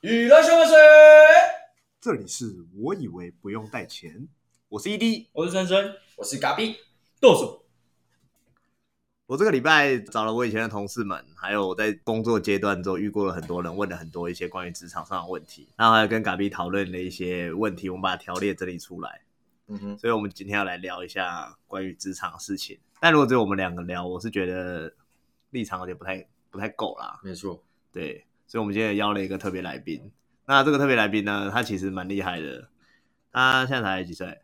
娱乐香水，这里是我以为不用带钱，我是 E ED。我是森森，我是嘎比，剁手。我这个礼拜找了我以前的同事们，还有我在工作阶段中遇过了很多人，问了很多一些关于职场上的问题，然后还有跟嘎比讨论了一些问题，我们把它条列整理出来。嗯哼，所以我们今天要来聊一下关于职场的事情。但如果只有我们两个聊，我是觉得立场有点不太不太够啦。没错，对，所以我们今天也邀了一个特别来宾。那这个特别来宾呢，他其实蛮厉害的，他现在才几岁？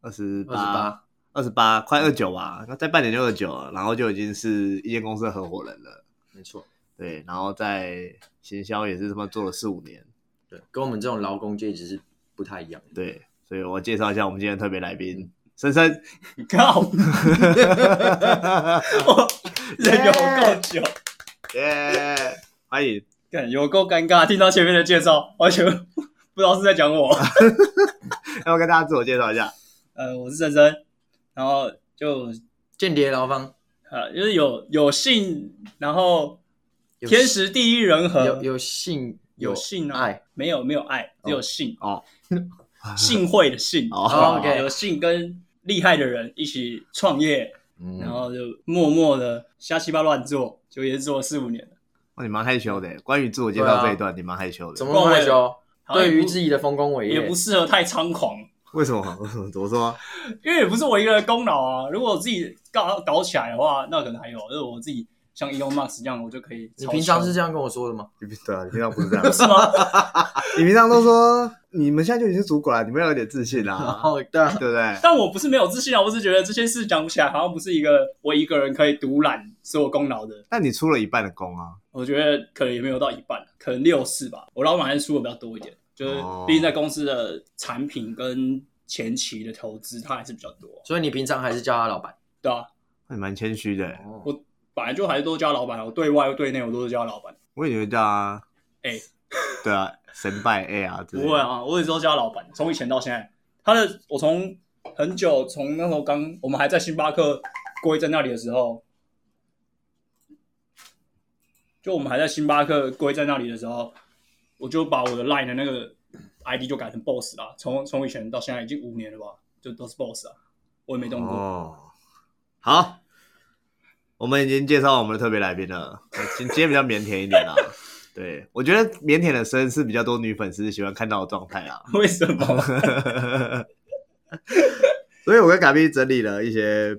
二十二十八，八，二十八，快二九吧，那再半年就二九了，然后就已经是一间公司的合伙人了。没错，对，然后在行销也是他妈做了四五年。对，跟我们这种劳工阶级是不太一样的。对，所以我介绍一下我们今天的特别来宾深深。靠，我 忍有够久，耶，欢迎。感有够尴尬。听到前面的介绍，完全 不知道是在讲我。要不跟大家自我介绍一下？呃，我是森森，然后就间谍劳方呃，就是有有幸，然后有天时地利人和，有有性呃有性啊，爱，没有没有爱，只有性哦，幸会的幸。啊哦 OK 有幸跟厉害的人一起创业，然嗯，后就默默的瞎七八乱做，就也是做了四五年了。哇哦你蛮害羞的。关于自我介绍这一段，你蛮害羞的。啊怎么那么害羞？好像对也于不自己的丰功伟也业不，适合太猖狂，为什么？ 为什么？怎么说？因为也不是我一个人的功劳啊。如果我自己搞搞起来的话，那可能还有，就是我自己像 Elon Musk 这样，我就可以超你强。，平常是这样跟我说的吗？你平对啊，你平常不是这样是吗？你平常都说你们现在就已经是主管了，你们要有点自信啊，哦，对啊，对不对？ 但我不是没有自信啊，我只是觉得这些事讲起来好像不是一个我一个人可以独揽所有功劳的。但你出了一半的工啊，我觉得可能也没有到一半，啊可能六四吧。我老板还是输的比较多一点，就是哦毕竟在公司的产品跟前期的投资，他还是比较多，啊所以你平常还是叫他老板。对啊，那你蛮谦虚的。哦我本来就还是都叫他老板，啊我对外对内我都是叫他老板。我也觉得啊，哎对啊，神拜 A 啊，之类的不会，啊，我也都叫他老板，从以前到现在，他的我从很久，从那时候刚我们还在星巴克归在那里的时候，就我们还在星巴克归在那里的时候，我就把我的 LINE 的那个 ID 就改成 BOSS 啦，从从以前到现在已经五年了吧，就都是 BOSS 啊，我也没动过。哦，好，我们已经介绍我们的特别来宾了，今今天比较腼腆一点啦。对，我觉得腼腆的声是比较多女粉丝喜欢看到的状态啊。 为什么？ 所以我跟嘎比整理了一些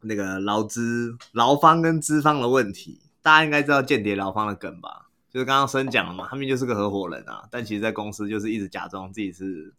那个劳资、劳方跟资方的问题。大家应该知道间谍劳方的梗吧？就是刚刚生讲了嘛，他们就是个合伙人啊，但其实在公司就是一直假装自己是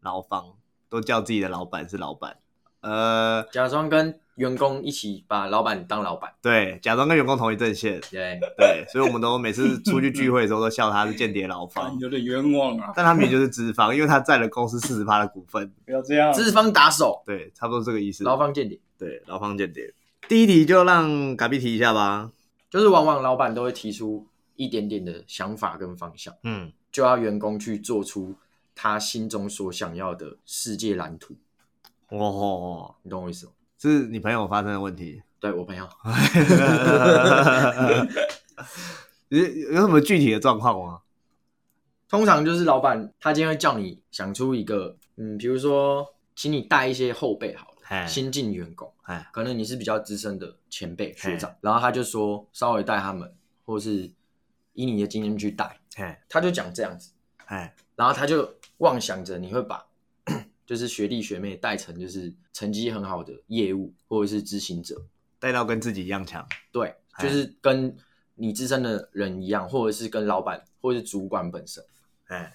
劳方，都叫自己的老板是老板。呃，假装跟员工一起把老板当老板，对，假装跟员工同一阵线，对，对，所以我们都每次出去聚会的时候都笑他是间谍劳啊方，有点冤枉啊！但他明明就是资方，因为他占了公司四十趴的股份，不要这样。资方打手，对，差不多这个意思。劳方间谍，对，劳方间谍。第一题就让嘎比提一下吧。就是往往老板都会提出一点点的想法跟方向。嗯，就要员工去做出他心中所想要的世界蓝图，哦，你懂我意思吗？是你朋友发生的问 题。对我朋友，有有什么具体的状况吗？通常就是老板他今天会叫你想出一个，嗯，比如说，请你带一些后辈好嘿了，新进员工嘿，可能你是比较资深的前辈学长，然后他就说稍微带他们，或是以你的经验去带，哎他就讲这样子，哎，然后他就妄想着你会把就是学弟学妹带成就是成绩很好的业务或者是执行者，带到跟自己一样强。对，哎就是跟你自身的人一样，或者是跟老板或者是主管本身，哎，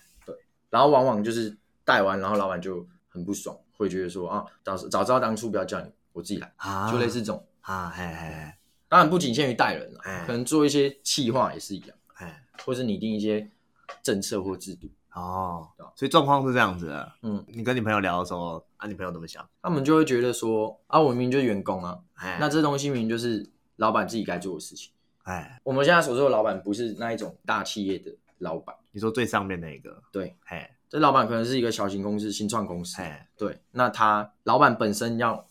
然后往往就是带完，然后老板就很不爽，会觉得说啊，早早知道当初不要叫你，我自己来，啊，就类似这种。啊，嘿嘿当然不仅限于带人啦，哎可能做一些企划也是一样，哎，或是拟定一些政策或制度，哦，所以状况是这样子的。啊嗯，你跟你朋友聊的时候，啊，你朋友怎么想？他们就会觉得说啊，我明明就是员工啊，哎，那这东西明明就是老板自己该做的事情。哎，我们现在所说的老板，不是那一种大企业的老板，你说最上面那个，对，哎这老板可能是一个小型公司、新创公司，哎对，那他老板本身要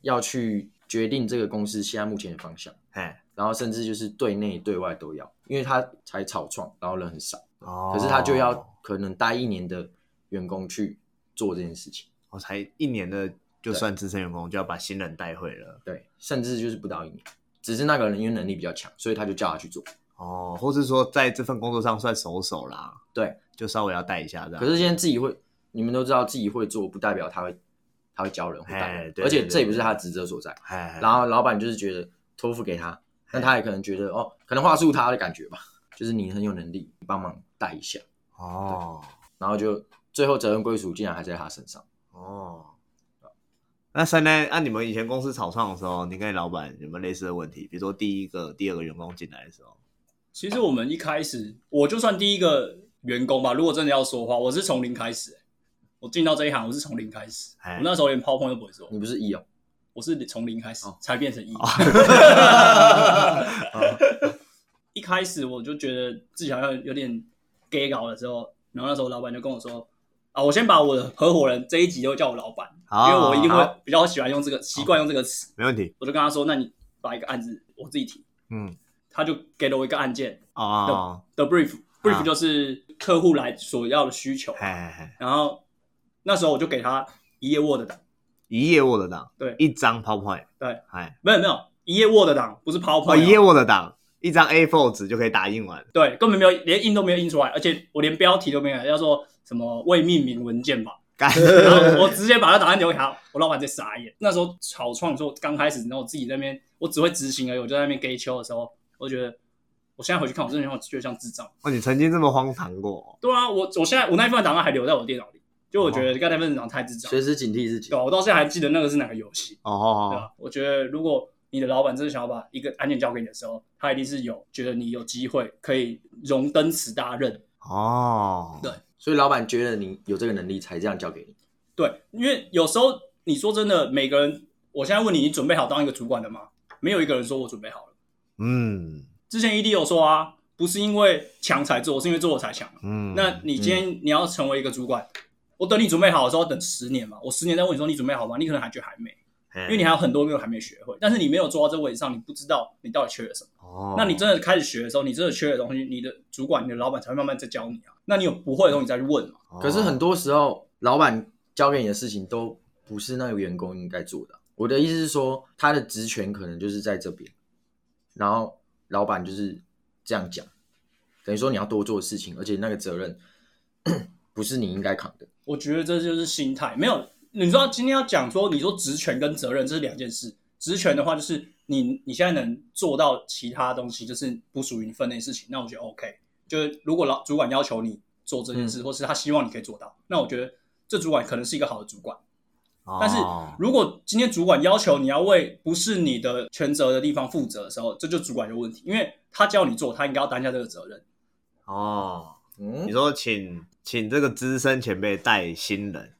要去决定这个公司现在目前的方向，哎，然后甚至就是对内对外都要，因为他才草创，然后人很少，哦可是他就要可能待一年的员工去做这件事情，我才一年的就算资深员工，就要把新人带回了对，甚至就是不到一年，只是那个人因为能力比较强，所以他就叫他去做。哦，或是说在这份工作上算熟手啦，对，就稍微要带一下这样。可是现在自己会，你们都知道自己会做，不代表他会他会教人，会带哎人，对而且对这也不对是他的职责所在。哎，然后老板就是觉得托付给他，那他也可能觉得哦，可能话术他的感觉吧，就是你很有能力，帮忙带一下，哦然后就最后责任归属竟然还在他身上。哦，那三呢？按、你们以前公司草创的时候，你跟你老板有没有类似的问题？比如说第一个、第二个员工进来的时候，其实我们一开始，我就算第一个员工吧，如果真的要说的话，我是从零开始、欸我进到这一行，我是从零开始。哎我那时候连 PowerPoint 都不会做，你不是 E 哦，我是从零开始哦才变成 一。一开始我就觉得自己好像有点 gay 搞的时候，然后那时候老板就跟我说：“啊，我先把我的合伙人这一集都叫我老板，因好，为我一定哦好哦会比较喜欢用这个，习惯用这个词。没问题。”我就跟他说：“那你把一个案子我自己提。嗯，”他就给了我一个案件哦，的 brief，brief 啊就是客户来所要的需求，嘿嘿嘿，然后那时候我就给他一页 Word 档，一页 Word 档，对一张 PowerPoint，对，哎，没有没有一页 Word 档，不是哦， PowerPoint，一页哦 Word 档，一张 A4 纸就可以打印完。对，根本没有连印都没有印出来，而且我连标题都没有，要说什么未命名文件吧。 干，然后我直接把他答案留给他，我老板在傻眼。那时候草创的时候刚开始，然后我自己在那边，我只会执行而已，我就在那边 gay 秋的时候，我就觉得我现在回去看，我真的让我觉得像智障。哦，你曾经这么荒唐过？对啊，我我现在我那一份档案还留在我电脑里，就我觉得刚才那份档案太智障。随时警惕自己对。啊，我到现在还记得那个是哪个游戏。哦对哦啊，我觉得如果你的老板真的想要把一个案件交给你的时候，他一定是有觉得你有机会可以荣登此大任。哦，对所以老板觉得你有这个能力才这样交给你。对，因为有时候你说真的，每个人，我现在问你，你准备好当一个主管了吗？没有一个人说我准备好了。嗯之前 ED 有说啊，不是因为强才做，是因为做我才强。嗯，那你今天你要成为一个主管，我等你准备好的时候，等十年嘛，我十年再问你说你准备好吗？你可能还觉得还没，因因为你还有很多没有还没学会，但是你没有做到这位置上，你不知道你到底缺了什么。哦，那你真的开始学的时候，你真的缺的东西，你的主管、你的老板才会慢慢在教你啊。那你有不会的东西再去问嘛？哦，可是很多时候，老板交给你的事情都不是那个员工应该做的。我的意思是说，他的职权可能就是在这边，然后老板就是这样讲，等于说你要多做事情，而且那个责任 不是你应该扛的。我觉得这就是心态。没有，你知道今天要讲说，你说职权跟责任这是两件事。职权的话，就是你你现在能做到其他东西，就是不属于你分内事情，那我觉得 OK。就是如果老主管要求你做这件事，或是他希望你可以做到，那我觉得这主管可能是一个好的主管。哦，但是如果今天主管要求你要为不是你的全责的地方负责的时候，这就主管有问题，因为他叫你做，他应该要担下这个责任。哦，嗯你，说请请这个资深前辈带新人，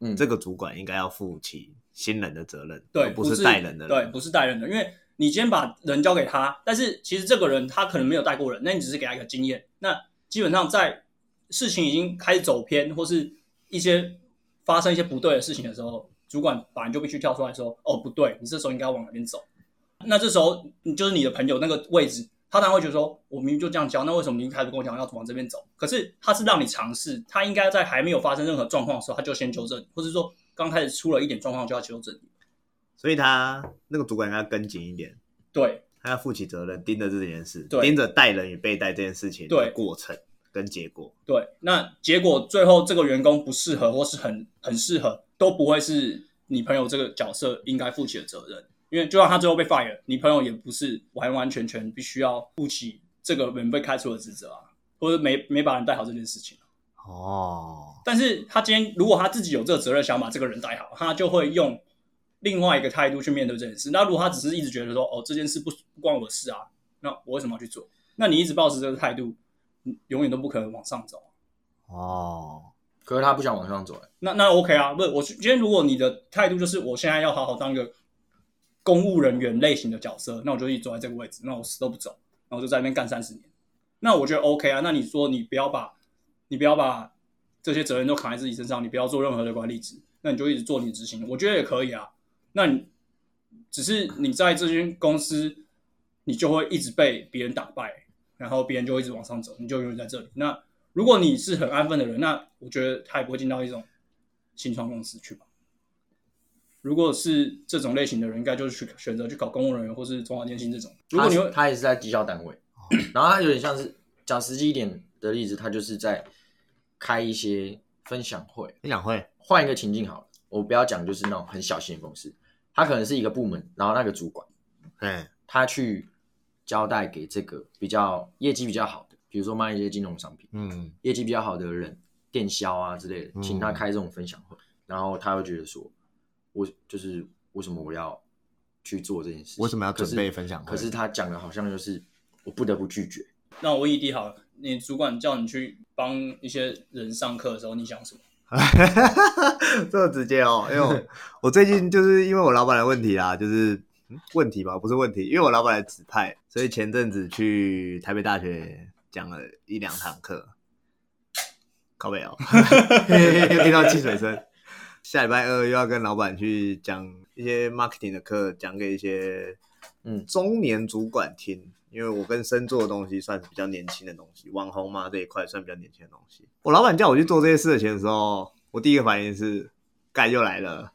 嗯这个主管应该要负起新人的责任，对，而不不带人的对，人。不是带人的，因为你今天把人交给他，但是其实这个人他可能没有带过人，那你只是给他一个经验，那基本上在事情已经开始走偏或是一些发生一些不对的事情的时候，主管反而就必须跳出来说，哦，不对，你这时候应该往哪边走。那这时候你就是你的朋友那个位置，他当然会觉得说，我明明就这样教，那为什么你一开始跟我讲要往这边走？可是他是让你尝试，他应该在还没有发生任何状况的时候，他就先纠正你，或者说刚开始出了一点状况就要纠正你。所以他那个主管应该跟紧一点，对，他要负起责任，盯着这件事，对盯着带人与被带这件事情对的过程跟结果。对，那结果最后这个员工不适合，或是很很适合，都不会是你朋友这个角色应该负起的责任。因为就算他最后被 fire，你朋友也不是完完全全必须要负起这个人被开除的职责啊，或者没没把人带好这件事情。啊哦，但是他今天如果他自己有这个责任，想把这个人带好，他就会用另外一个态度去面对这件事。那如果他只是一直觉得说，哦，这件事不不关我的事啊，那我为什么要去做？那你一直保持这个态度，你永远都不可能往上走。哦，可是他不想往上走、欸那那 OK 啊，不是我今天如果你的态度就是我现在要好好当一个公务人员类型的角色，那我就一直坐在这个位置，那我死都不走，那我就在那边干三十年，那我觉得 OK 啊。那你说你不要把你不要把这些责任都扛在自己身上，你不要做任何的管理职，那你就一直做你的执行，我觉得也可以啊。那你只是你在这间公司，你就会一直被别人打败，然后别人就一直往上走，你就永远在这里。那如果你是很安分的人，那我觉得他也不会进到一种新创公司去吧。如果是这种类型的人，应该就是去选择去搞公务人员或是中华电信这种。如果你他会哦他也是在绩效单位，然后他有点像是讲实际一点的例子，他就是在开一些分享会。分享会，换一个情境好了，我不要讲就是那种很小型的公司，他可能是一个部门，然后那个主管哎，他去交代给这个比较业绩比较好的，比如说卖一些金融商品，嗯，业绩比较好的人，电销啊之类的，嗯请他开这种分享会，然后他会觉得说，我就是为什么我要去做这件事情？为什么要准备可是分享会可是他讲的好像就是我不得不拒绝，那我问异地好了，你主管叫你去帮一些人上课的时候，你想什么？ 这么直接哦，因为我我最近就是因为我老板的问题啦，就是嗯问题吧，不是问题，因为我老板来指派，所以前阵子去台北大学讲了一两堂课，靠北哦，又听到汽水声。下礼拜二又要跟老板去讲一些 marketing 的课，讲给一些嗯中年主管听，因为我跟深做的东西算是比较年轻的东西，网红嘛这一块算比较年轻的东西。我老板叫我去做这些事情的时候，我第一个反应是，盖又来了，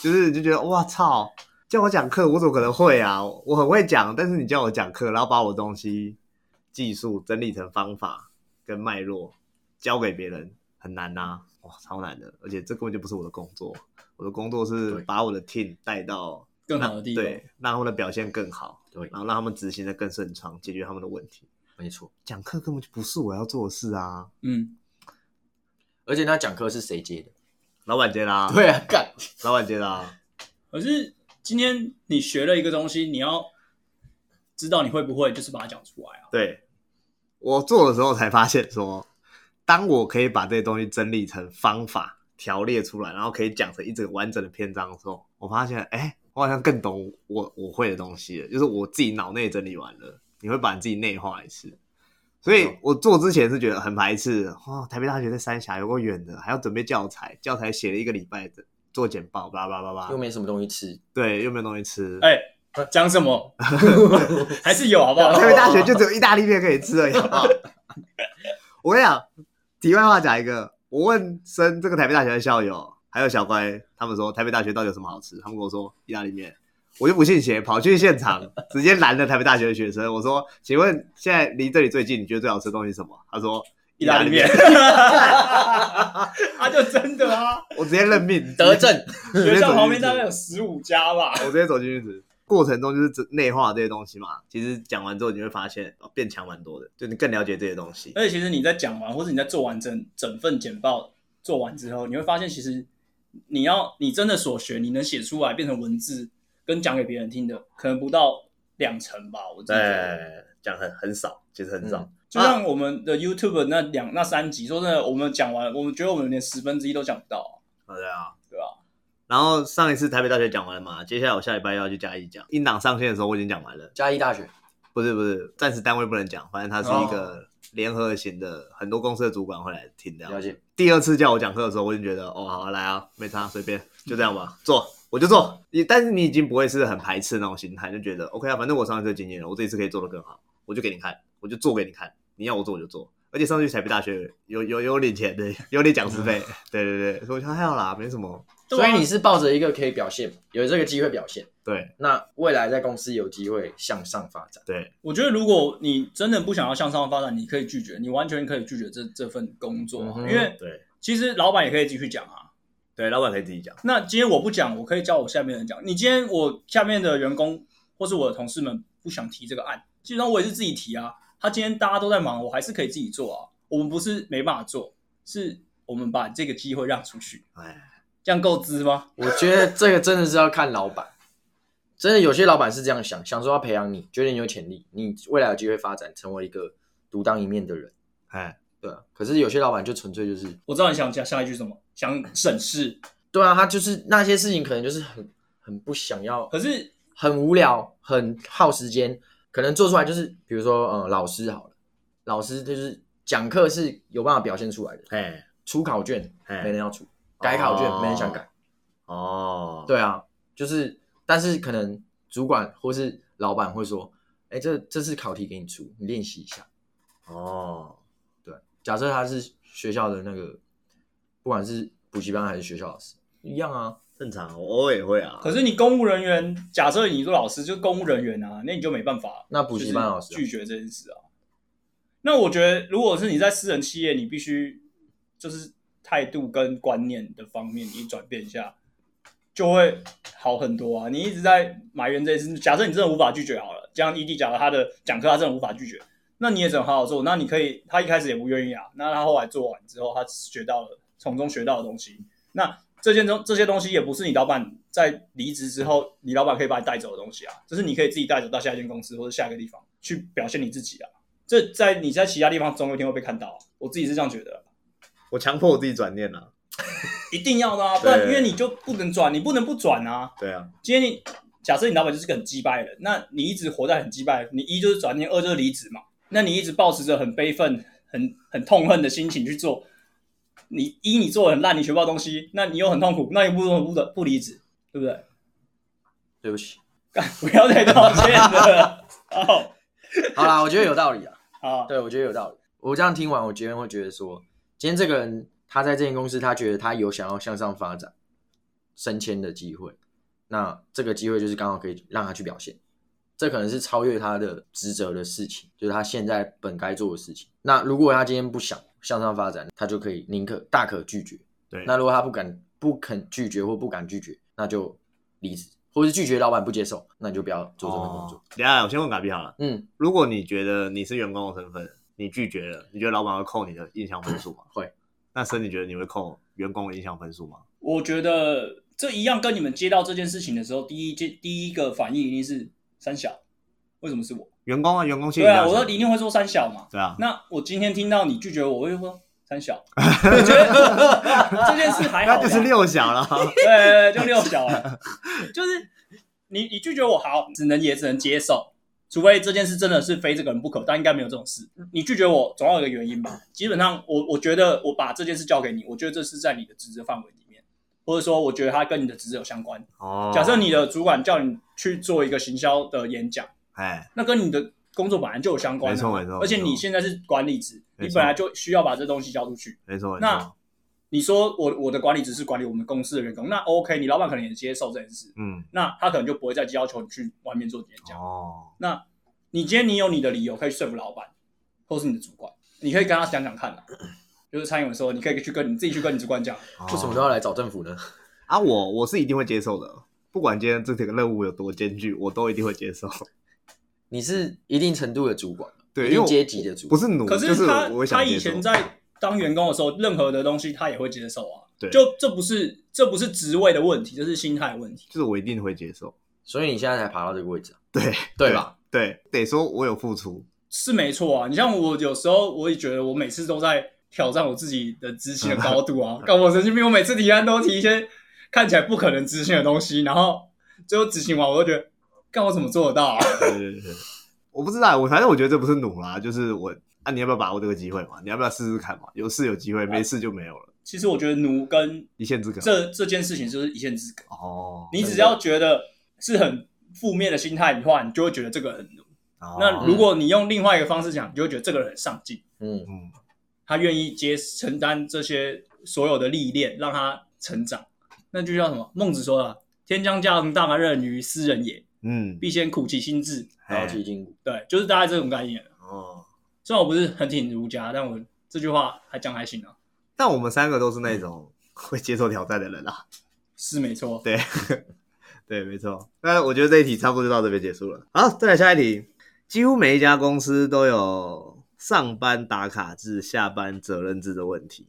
就是就觉得哇操，叫我讲课我怎么可能会啊？我很会讲，但是你叫我讲课，然后把我东西技术整理成方法跟脉络交给别人，很难呐、哇，超难的，而且这根本就不是我的工作，我的工作是对把我的 team 带到更好的地方对，让他们的表现更好，对然，后让他们执行的更顺畅，解决他们的问题。没错。讲课根本就不是我要做的事啊，嗯，而且他讲课是谁接的？ 老板接啦、对啊，干，老板接啦、可是今天你学了一个东西，你要知道你会不会，就是把它讲出来啊。对，我做的时候才发现说，当我可以把这些东西整理成方法条列出来，然后可以讲成一整个完整的篇章的时候，我发现，哎、我好像更懂我我会的东西了，就是我自己脑内整理完了，你会把你自己内化一次。所以我做之前是觉得很排斥，哦，台北大学在三峡有够远的，还要准备教材，教材写了一个礼拜的，做简报，巴拉巴拉又巴拉，没什么东西吃，对，又没有东西吃，哎、讲什 么？还是有好不好？台北呃大学就只有意大利面可以吃而已，好不好？我跟你讲，题外话讲一个，我问生这个台北大学的校友，还有小乖，他们说台北大学到底有什么好吃？他们跟我说意大利面，我就不信邪，跑去现场直接拦了台北大学的学生，我说：“请问现在离这里最近，你觉得最好吃的东西是什么？”他说：“ 意大利面， 啊，就真的 啊！我直接认命，德政。直接学校走进去旁边吃大概有十五家吧。我直接走进去 吃。过程中就是内化这些东西嘛，其实讲完之后你会发现、哦、变强蛮多的，就你更了解这些东西。而且其实你在讲完，或者你在做完整整份简报做完之后，你会发现，其实你要你真的所学，你能写出来变成文字，跟讲给别人听的，可能不到两成吧。我自己觉哎得，对，哎讲很很少，其实很少。嗯就像我们的 YouTube 那两那三集，说真的，我们讲完，我们觉得我们连十分之一都讲不到、好的啊，对吧？然后上一次台北大学讲完了嘛，接下来我下礼拜要去嘉义讲。音档上线的时候我已经讲完了，嘉义大学，不是不是，暂时单位不能讲，反正它是一个联合型的，很多公司的主管会来听的。了解。第二次叫我讲课的时候，我就觉得哦，好啊来啊，没差，随便，就这样吧，做我就做。你但是你已经不会是很排斥那种心态，就觉得 OK 啊，反正我上一次有经验了，我这一次可以做得更好，我就给你看，我就做给你看，你要我做我就做。而且上次去台北大学有有有领钱的，有领讲师费，对对对，所以我觉得还好啦，没什么。所以你是抱着一个可以表现，有这个机会表现，对，那未来在公司有机会向上发展。对，我觉得，如果你真的不想要向上发展，你可以拒绝，你完全可以拒绝这这份工作啊、嗯哼因为对，其实老板也可以继续讲啊。对，老板可以自己讲。那今天我不讲，我可以教我下面的人讲。你今天我下面的员工或是我的同事们不想提这个案，基本上我也是自己提啊。他今天大家都在忙，我还是可以自己做啊。我们不是没办法做，是我们把这个机会让出去，哎，这样够资吗？ 我觉得这个真的是要看老板，真的有些老板是这样想，想说要培养你，觉得你有潜力，你未来有机会发展成为一个独当一面的人，哎，对啊。可是有些老板就纯粹就是，我知道你想讲下一句什么，想省事，对啊，他就是那些事情可能就是很很不想要，可是很无聊，很耗时间，可能做出来就是，比如说，嗯，老师好了，老师就是讲课是有办法表现出来的，哎，出考卷哎没人要出，改考卷、哦没人想改。哦，，对啊，就是，但是可能主管或是老板会说，哎、这这次考题给你出，你练习一下。哦，对，假设他是学校的那个，不管是补习班还是学校老师，一样啊。正常，我偶尔也会啊。可是你公务人员，假设你做老师就是公务人员啊，那你就没办法。那补习班老师啊拒绝这件事啊。那我觉得，如果是你在私人企业，你必须就是态度跟观念的方面，你转变一下，就会好很多啊。你一直在埋怨这件事，假设你真的无法拒绝好了，这样 ED 假如他的讲课他真的无法拒绝，那你也只能好好做。那你可以，他一开始也不愿意啊，那他后来做完之后，他学到了从中学到的东西，那这件东这些东西也不是你老板在离职之后，你老板可以把你带走的东西啊，这是你可以自己带走到下一间公司或者下一个地方去表现你自己啊。这在你在其他地方总有一天会被看到啊、我自己是这样觉得啊，我强迫我自己转念了。一定要的啊，不然对因为你就不能转，你不能不转啊。对啊，今天你假设你老板就是个很鸡掰的人，那你一直活在很鸡掰，你一就是转念，二就是离职嘛。那你一直保持着很悲愤、很很痛恨的心情去做，你一你做得很烂，你学不到东西，那你又很痛苦，那你不如不不离职，对不对？对不起，干不要再道歉了。哦，好啦，我觉得有道理啊。好，对，我觉得有道理。我这样听完，我今天会觉得说，今天这个人他在这间公司，他觉得他有想要向上发展、升迁的机会，那这个机会就是刚好可以让他去表现。这可能是超越他的职责的事情，就是他现在本该做的事情。那如果他今天不想向上发展，他就可以宁可大可拒绝。对，那如果他不敢不肯拒绝或不敢拒绝，那就离职，或是拒绝老板不接受，那你就不要做这份工作。哦等一下我先问嘎比好了，嗯，如果你觉得你是员工的身份，你拒绝了，你觉得老板会扣你的印象分数吗？ 会。那森，你觉得你会扣员工的印象分数吗？我觉得这一样跟你们接到这件事情的时候，第一件第一个反应一定是三小，为什么是我？员工啊，员工心对里啊，想我什说么一定会说三小嘛。对啊，那我今天听到你拒绝我，我就说三 小，我觉得这件事还好啊那吧，就是六小 了。对，对对就六小了，就是你你拒绝我好，只能也只能接受，除非这件事真的是非这个人不可，但应该没有这种事。你拒绝我，总要有一个原因吧？基本上我我觉得我把这件事交给你，我觉得这是在你的职责范围里面，或者说我觉得它跟你的职责有相关。哦假设你的主管叫你去做一个行销的演讲。哎，那跟你的工作本来就有相关、啊，没错没错而且没你错现在是管理职，哦没你错本来就需要把这东西交出去。没错没那错，你说我我的管理职是管理我们公司的员工，那 OK，你老板可能也接受这件事，嗯，那他可能就不会再要求你去外面做演讲。哦，那你今天你有你的理由可以说服老板，或是你的主管，你可以跟他讲讲看啊。就是蔡英文说，你可以去跟你自己去跟你主管讲，为什么都要来找政府呢？哦啊？我我是一定会接受的，不管今天这个任务有多艰巨，我都一定 会接受。你是一定程度的主管，对，一因为定我阶级的主不管，是奴，可嗯就是他我会想他接以受前在当员工的时候，任何的东西他也会接受啊。对就这不是这不是职位的问题，这是心态的问题。就是我一定会接受。所以你现在才爬到这个位置、啊，对对吧？对，得说我有付出，是没错啊。你像我有时候，我也觉得我每次都在挑战我自己的执行的高度 啊。搞我神经病，我每次提案都提一些看起来不可能执行的东西，然后最后执行完，我都觉得，干我怎么做得到啊？ 对对对对， 我不知道，我反正我觉得这不是努啦，就是我啊，你要不要把握这个机会嘛？你要不要试试看嘛？有事有机会，没事就没有了，其实我觉得奴跟一线之隔。这这件事情就是一线之隔。啊哦，你只要觉得是很负面的心态的话，你就会觉得这个很奴。哦那如果你用另外一个方式讲，你就会觉得这个人很上进。嗯，嗯他愿意接承担这些所有的历练，让他成长。那就叫什么？孟子说了：“天将降大任于斯人也，嗯，必先苦其心志。然哎后去筋骨，”对，就是大概这种概念。哦，虽然我不是很挺儒家，但我这句话还讲还行啊，但我们三个都是那种会接受挑战的人啊啦。是没错。对， 对，没错。那我觉得这一题差不多就到这边结束了。好，再来下一题。几乎每一家公司都有上班打卡制、下班责任制的问题，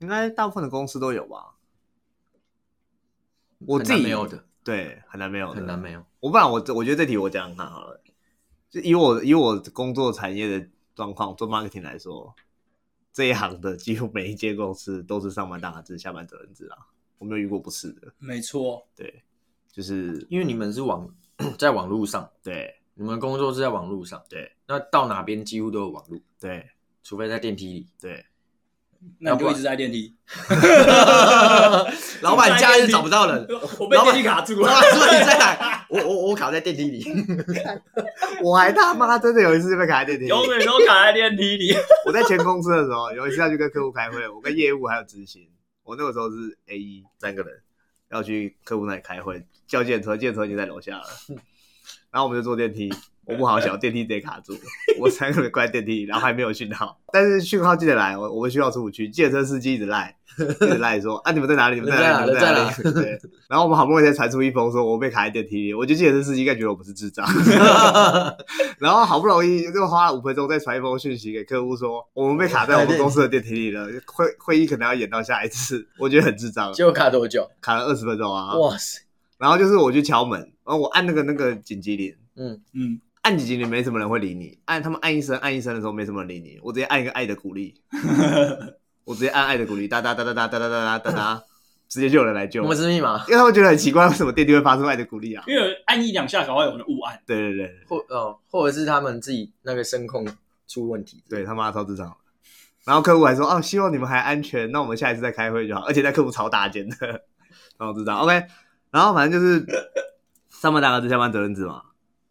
应该大部分的公司都有吧？我很自难己没有的，对，很难没有的，很难没有。我不然我这我觉得这题我讲讲看好了，就以我以我工作产业的状况做 marketing 来说，这一行的几乎每一间公司都是上班打卡制、下班责任制啊，我没有遇过不是的。没错，对，就是因为你们是网 在网络上，对你们工作是在网络上，对，那到哪边几乎都有网络，对除非在电梯里。对，那你就一直在电梯，老板假日找不到 人，我被电梯卡住老 了板。说你在哪？我我我卡在电梯里，我还他妈真的有一次被卡在电梯里，永远都卡在电梯里，我在前公司的时候，有一次要去跟客户开会，我跟业务还有执行，我那个时候是 A 一三个人要去客户那里开会，叫建车，建车已经在楼下了，然后我们就坐电梯，我不好想，电梯直接卡住，我三个人关电梯，然后还没有讯号，但是讯号记得来，我我们讯号出不去，建车司机一直赖，一直赖说啊你们在哪里？你们在哪人里？你们在在哪哪里？对，然后我们好不容易才传出一封说我被卡在电梯里，我觉得建车司机应该觉得我们是智障。 然后好不容易又花了五分钟再传一封讯息给客户说，我们被卡在我们公司的电梯里了，会会议可能要延到下一次，我觉得很智障， 结果卡多久？卡了二十分钟啊。哇塞，然后就是我去敲门，然后我按那个那个紧急铃，嗯，嗯，按紧急铃没什么人会理你，按他们按一声按一声的时候没什么人理你，我直接按一个爱的鼓励，我直接按爱的鼓励，哒哒哒哒哒哒哒哒哒哒哒，直接就有人来救我我们，是密码，因为他们觉得很奇怪，为什么电梯会发出爱的鼓励啊？因为按一两下，搞不好有人误按。对对对对或哦，或者是他们自己那个声控出问题，对他妈超智障的。然后客户还说：“哦，希望你们还安全，那我们下一次再开会就好。”而且那客户超大间的， 超智障。OK，然后反正就是 上班打卡制，下班责任制嘛。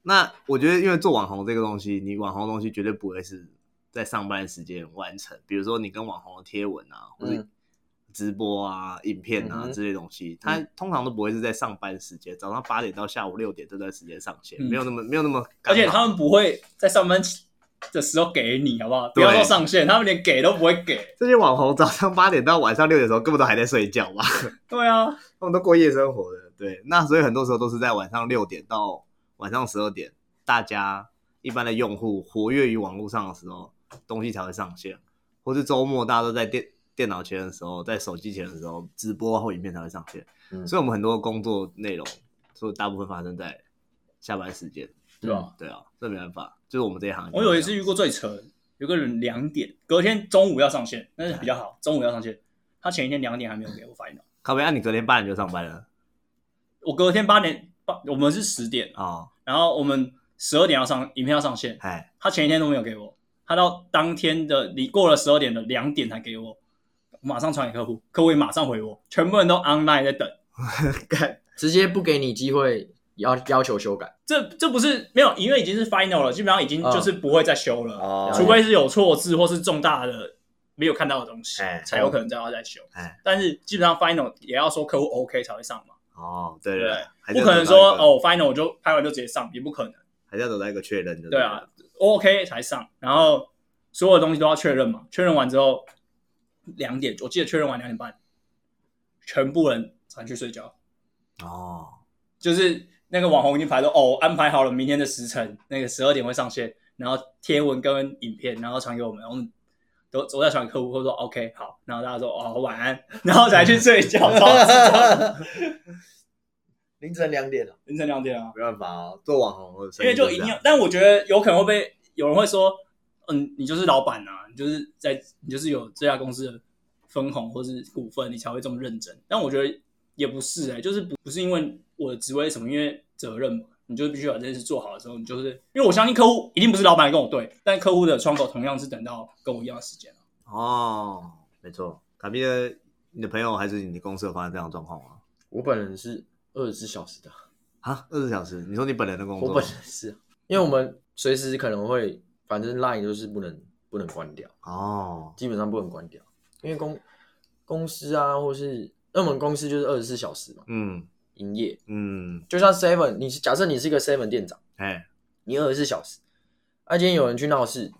那我觉得，因为做网红这个东西，你网红的东西绝对不会是在上班的时间完成，比如说你跟网红的贴文啊，或者嗯直播啊、影片嗯啊哼这些东西，它通常都不会是在上班时间，早上八点到下午六点这段时间上线，嗯没有那么没有那么刚好，而且他们不会在上班的时候给你，好不好？不对要说上线，他们连给都不会给。这些网红早上八点到晚上六点的时候，根本都还在睡觉嘛，对啊，他们都过夜生活的。对，那所以很多时候都是在晚上六点到晚上十二点，大家一般的用户活跃于网络上的时候，东西才会上线，或是周末大家都在电电脑前的时候，在手机前的时候，直播或影片才会上线。嗯所以我们很多工作内容，所以大部分发生在下班时间。对吧？对啊，这没办法，就是我们这一行。我有一次遇过最扯的，有个人两点，隔天中午要上线，那是比较好，中午要上线。他前一天两点还没有给我 final，靠边，那、你隔天八点就上班了我隔天八点八，我们是十点，啊哦，然后我们十二点要上影片要上线，哎，他前一天都没有给我，他到当天的你过了十二点的两点才给我，我马上传给客户，客户也马上回我，全部人都 online 在等。干直接不给你机会，要要求修改，这这不是没有，因为已经是 final 了，基本上已经就是不会再修了，嗯哦除非是有错字或是重大的没有看到的东西，哎才有可能再要再修。哎但是基本上 final 也要说客户 OK 才会上嘛，哦，对对对不对对，还是不要可能得到说一个哦 final 我就拍完就直接上，也不可能还是要得到一个确认的。对啊，OK 才上，然后所有的东西都要确认嘛，确认完之后两点，我记得确认完两点半，全部人才去睡觉。哦，就是那个网红已经排说哦，安排好了明天的时辰，那个十二点会上线，然后贴文跟影片，然后传给我们，我们都我在传给客户，或者说 OK 好，然后大家说哦晚安，然后才去睡觉，超智障 凌晨两点了，凌晨两点啊，没办法哦，做网红的生因意为就是一这定要样，，但我觉得有可能会被有人会说，嗯，你就是老板啊，你就是在你就是有这家公司的分红或是股份，你才会这么认真。但我觉得也不是哎、就是不不是因为我的职位是什么，因为责任嘛，你就必须把这件事做好的时候，你就是因为我相信客户一定不是老板跟我对，但客户的窗口同样是等到跟我一样的时间啊哦，没错。卡比的，你的朋友还是你的公司有发生这样的状况吗？我本人是二十四小时的，啊，二十小时？你说你本人的工作？我本人是，因为我们随时可能会，反正 line 就是不能不能关掉，哦，基本上不能关掉，因为公公司啊，或是那我们公司就是二十四小时嘛嗯营业，嗯，就像 seven，你是假设你是一个 seven 店长，哎，你二十四小时，啊，今天有人去闹事，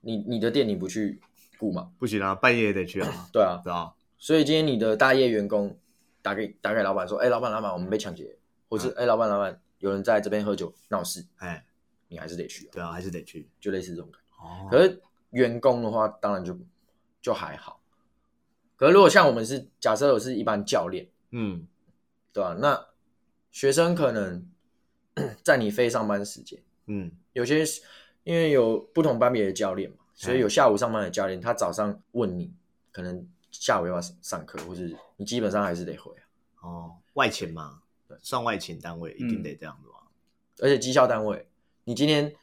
你你的店你不去顾嘛？不行啊，半夜也得去啊， 对啊，知道？所以今天你的大业员工打给打给老板说，哎、老板老板，我们被抢劫，或是哎、老板老板，有人在这边喝酒闹事，哎，你还是得去、啊，对啊，还是得去。就类似这种感觉。哦，可是员工的话，当然就就还好。可是如果像我们是假设我是一般教练，嗯，对吧、那学生可能 在你非上班时间，嗯有些是因为有不同班别的教练嘛，所以有下午上班的教练，他早上问你，可能下午要不要上课，或是你基本上还是得回啊。哦，外勤嘛，算外勤单位一定嗯得这样子吧？而且绩效单位，你今天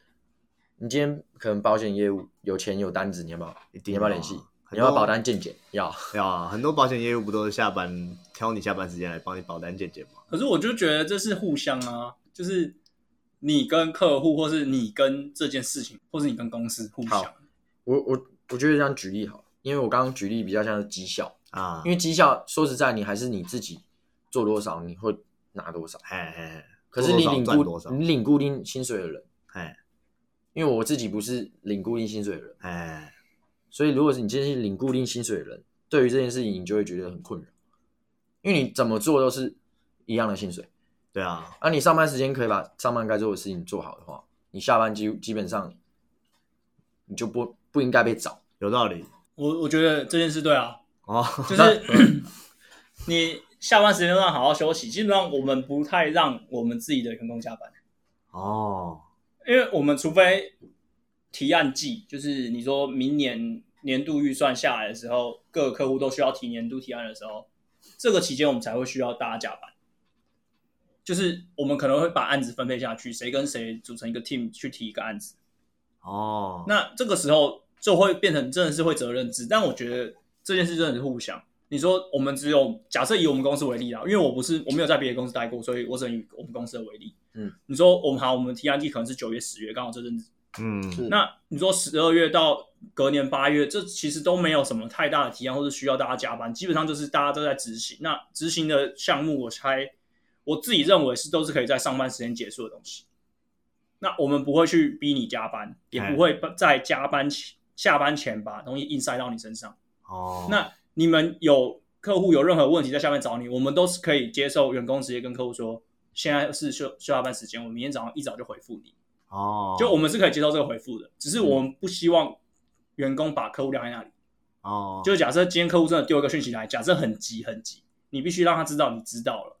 你今天可能保险业务有钱有单子，你要不要？一嗯你定要不要的联啊系？你要不要保单健检，要。对啊，很多保险业务不都是下班挑你下班时间来帮你保单健检吗？可是我就觉得这是互相啊，就是你跟客户，或是你跟这件事情，或是你跟公司互相好。我我我觉得这样举例好了，因为我刚刚举例比较像是绩效，啊，因为绩效说实在，你还是你自己做多少，你会拿多少。嘿嘿可是你领做多少赚多固少你领固定薪水的人，嘿因为我自己不是领固定薪水的人，嘿，所以如果是你今天是领固定薪水的人，对于这件事情你就会觉得很困扰，因为你怎么做都是一样的薪水。对啊，而、你上班时间可以把上班该做的事情做好的话，你下班基基本上你就不不应该被找。有道理我我觉得这件事对啊，哦。就是 你下班时间段好好休息。基本上我们不太让我们自己的员工加班，哦，因为我们除非提案季，就是你说明年年度预算下来的时候，各个客户都需要提年度提案的时候，这个期间我们才会需要大家加班。就是我们可能会把案子分配下去，谁跟谁组成一个 team 去提一个案子。哦，那这个时候就会变成真的是会责任制，但我觉得这件事真的是互相。你说我们只有假设以我们公司为例啦，因为我不是我没有在别的公司待过，所以我只能以我们公司的为例。嗯，你说我们好，我们提案季可能是九月、十月，刚好这阵子。嗯，是那你说十二月到隔年八月，这其实都没有什么太大的提案，或者需要大家加班，基本上就是大家都在执行。那执行的项目，我猜我自己认为是都是可以在上班时间结束的东西。那我们不会去逼你加班，也哎不会在加班前下班前把东西硬塞到你身上。哦，那你们有客户有任何问题在下面找你，我们都是可以接受员工直接跟客户说，现在是休休下班时间，我明天早上一早就回复你。哦，嗯就我们是可以接受这个回复的，只是我们不希望员工把客户晾在那里。哦，就是假设今天客户真的丢一个讯息来，假设很急很急，你必须让他知道你知道了，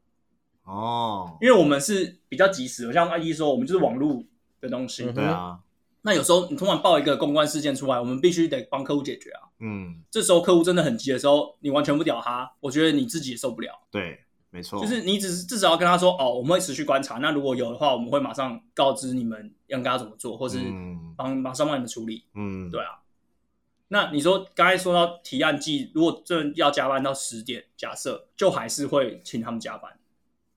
哦，因为我们是比较及时的，像阿一说，我们就是网络的东西。嗯对啊，那有时候你突然报一个公关事件出来，我们必须得帮客户解决啊。嗯，这时候客户真的很急的时候，你完全不屌他，我觉得你自己也受不了。对，没错，就是你只是至少要跟他说，哦，我们会持续观察，那如果有的话，我们会马上告知你们应该要怎么做，或是嗯帮马上帮你们处理。嗯，对啊。那你说刚才说到提案季，如果真的要加班到十点，假设就还是会请他们加班，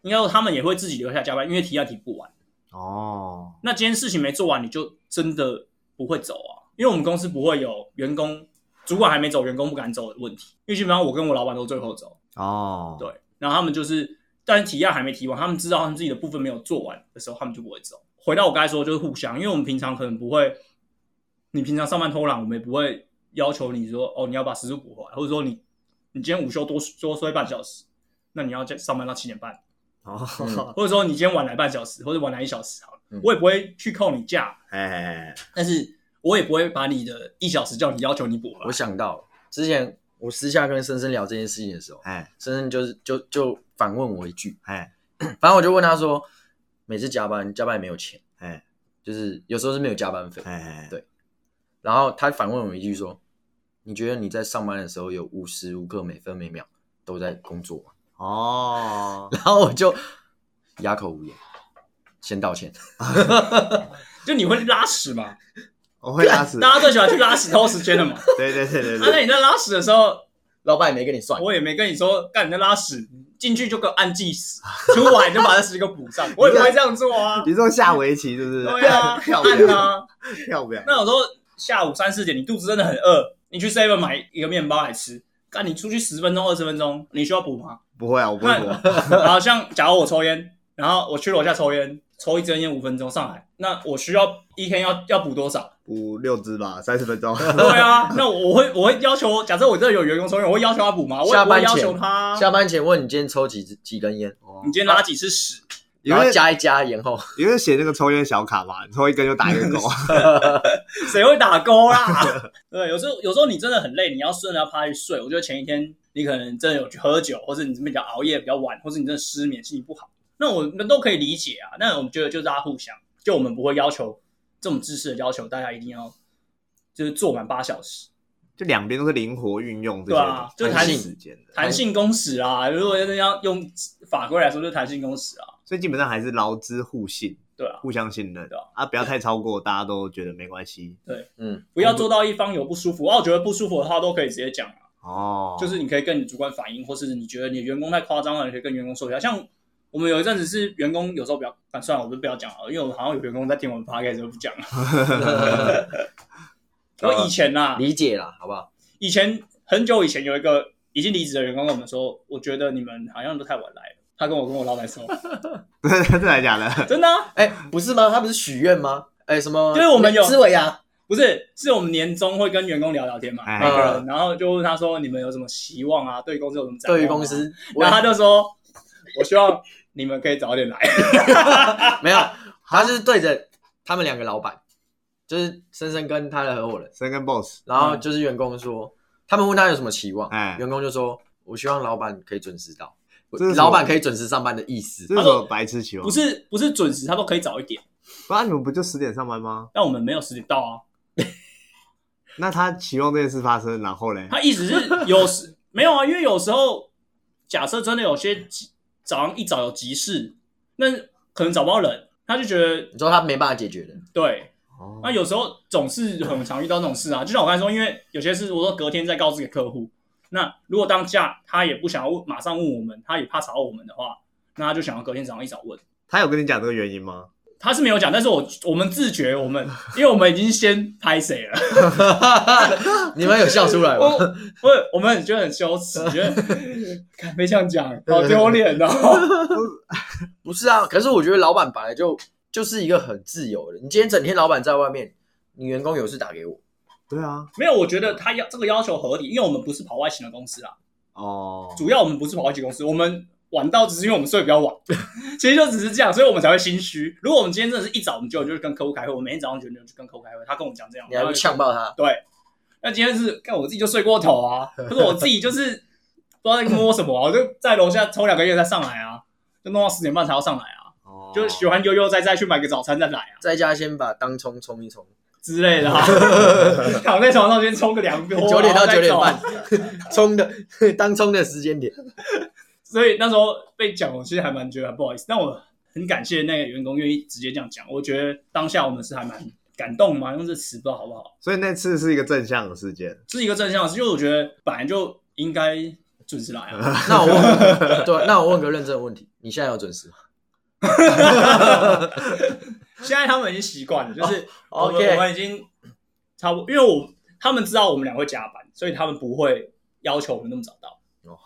应该说他们也会自己留下加班，因为提案提不完。哦，那今天事情没做完，你就真的不会走啊，因为我们公司不会有员工主管还没走，员工不敢走的问题，因为基本上我跟我老板都最后走，哦，对，然后他们就是，但是提案还没提完，他们知道他们自己的部分没有做完的时候，他们就不会走。回到我刚才说，就是互相，因为我们平常可能不会，你平常上班偷懒，我们也不会要求你说哦，你要把时数补回来，或者说你你今天午休多多睡半小时，那你要在上班到七点半，哦，或者说你今天晚来半小时，或者晚来一小时好了嗯我也不会去扣你假，哎，但是我也不会把你的一小时叫你要求你补回我来。想到之前我私下跟深深聊这件事情的时候，哎，深深就是就就反问我一句，哎，反正我就问他说，每次加班加班也没有钱，哎，就是有时候是没有加班费，哎，对然后他反问我一句说，你觉得你在上班的时候有无时无刻每分每秒都在工作吗？ 哦，然后我就哑口无言，先道歉。就你会拉屎嘛？我会拉 屎，大家最喜欢去拉屎偷时间的嘛？对对对对啊，那对，你在拉屎的时候，老板也没跟你算，我也没跟你说干你在拉屎，进去就给我按计时，出来就把那十个补上，我也 不会这样做啊。你说下围棋是不是？对啊， 跳不按了，啊。跳不了，那有时候下午三四点，你肚子真的很饿，你去 seven 买一个面包来吃，干你出去十分钟二十分钟，你需要补吗？不会啊，我不会那播，好像假如我抽烟，然后我去楼下抽烟，抽一支烟五分钟上来，那我需要一天要要补多少？五六只吧，三十分 钟，对啊，那我会我会要求，假设我这有员工抽烟，我会要求他补吗？我也下不会班要前求他啊。下班前问你今天抽几支几根烟，你今天拉几次屎？因然后为加一加，延后。因为写那个抽烟小卡嘛，你抽一根就打一个 勾，谁会打勾啦？对，有时候有时候你真的很累，你要顺着要趴去睡。我觉得前一天你可能真的有去喝酒，或者你这边比较熬夜比较晚，或者你真的失眠，心情不好，那我们都可以理解啊。那我们觉得就是大家互相，就我们不会要求这种知识的要求，大家一定要就是做满八小时，就两边都是灵活运用这对啊就些弹弹性时间的，弹性工时啊。如果真的要用法规来说，就是弹性工时啊。所以基本上还是劳资互信，对啊，互相信任对啊啊，不要太超过，大家都觉得没关系嗯，不要做到一方有不舒服，啊，我觉得不舒服的话都可以直接讲啊，哦。就是你可以跟你主管反映，或是你觉得你员工太夸张了，你可以跟员工说一下。像我们有一阵子是员工有时候比较，啊算了，我就不要讲好了，因为我好像有员工在听我们 podcast 就不讲了。然后以前呐、啊，理解啦，好不好？以前很久以前有一个已经离职的员工跟我们说，我觉得你们好像都太晚来了。他跟我跟我老板说， 真的假的？真的、啊、哎，不是吗？他不是许愿吗？哎，什么？对我们有思维啊，不是，是我们年终会跟员工聊聊天嘛，哎每个人，然后就问他说你们有什么希望啊，对公司有什么展嗯望、对于公，司，我然后他就说，我希望你们可以早点来。 没有，他是对着他们两个老板，就是深深跟他的合伙人，生跟 boss，然后就是员工说，他们问他有什么期望，哎员工就说，我希望老板可以准时到这是，什么老板可以准时上班的意思这。是什么白痴期望？不，是不是准时，他都可以早一点，不然你们不就十点上班吗？但我们没有十点到啊。那他期望这件事发生，然后嘞，他意思是有时没有啊，因为有时候假设真的有些急早上一早有急事，那可能找不到人，他就觉得你说他没办法解决的，对。哦那有时候总是很常遇到那种事啊，就像我刚才说，因为有些事我说隔天再告知给客户，那如果当下他也不想要问，马上问我们，他也怕吵到我们的话，那他就想要隔天早上一早问。他有跟你讲这个原因吗？他是没有讲，但是我我们自觉，我们因为我们已经先拍谁了，你们有笑出来我吗？我我们觉得很羞 耻，觉得看没想讲，好丢脸哦。 不是啊，可是我觉得老板本来就就是一个很自由的，你今天整天老板在外面，你员工有事打给我，对啊，没有，我觉得他要这个要求合理，因为我们不是跑外勤的公司啦，哦，主要我们不是跑外勤公司，我们晚到只是因为我们睡得 比较晚，其实就只是这样，所以我们才会心虚。如果我们今天真的是一早我们就就是跟客户开会，我每天早上九点就去跟客户开会，他跟我讲这样，你还我不就呛爆他？对，那今天是看我自己就睡过头啊，可是我自己就是不知道在摸什么啊、我就在楼下抽两个月再上来啊，就弄到十点半才要上来啊，哦就喜欢悠悠哉哉去买个早餐再来啊。在家先把当冲冲一冲，之类 的、啊， 躺在床上先冲个凉波，九点到哦然后再九点走半。， 冲的当冲的时 间点，所以那时候被讲，我其实还蛮觉得不好意思，但我很感谢那个员工愿意直接这样讲。我觉得当下我们是还蛮感动嘛，用这词不知道好不好，所以那次是一个正向的事件，是一个正向的事，因为我觉得本来就应该准时来 啊。那我问，对，啊那我问个认真的问题，你现在有准时吗现在他们已经习惯了，就是我们、我哦？OK，们已经差不多，因为我他们知道我们俩会加班，所以他们不会要求我们那么早到。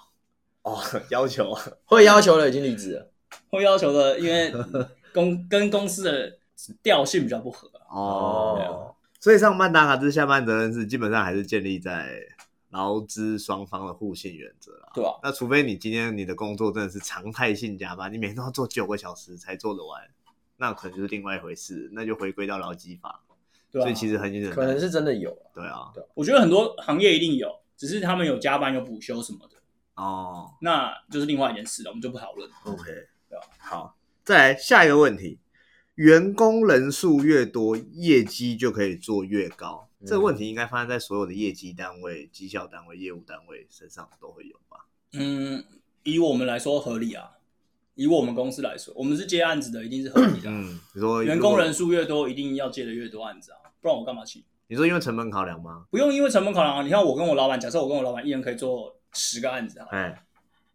哦，要求啊，会要求的已经离职了。会要求的，因为公 跟公司的调性比较不合啊、哦，所以上班打卡制、下班责任制，基本上还是建立在劳资双方的互信原则啦。对啊吧、那除非你今天你的工作真的是常态性加班，你每天都要做九个小时才做得完，那可能就是另外一回事，那就回归到劳基法。对啊，所以其实很简可能单，是真的有啊，哦对啊，我觉得很多行业一定有，只是他们有加班、有补休什么的，哦那就是另外一件事了，我们就不讨论。 ，OK，对啊好，再来下一个问题，员工人数越多，业绩就可以做越高。嗯这个问题应该发生在所有的业绩单位、绩效单位、业务单位身上都会有吧？嗯，以我们来说合理啊，以我们公司来说，我们是接案子的，一定是合理的。嗯，你说员工如果人数越多，一定要接的越多案子啊，不然我干嘛去？你说因为成本考量吗？不用因为成本考量啊。你看我跟我老板，假设我跟我老板一人可以做十个案子啊，哎，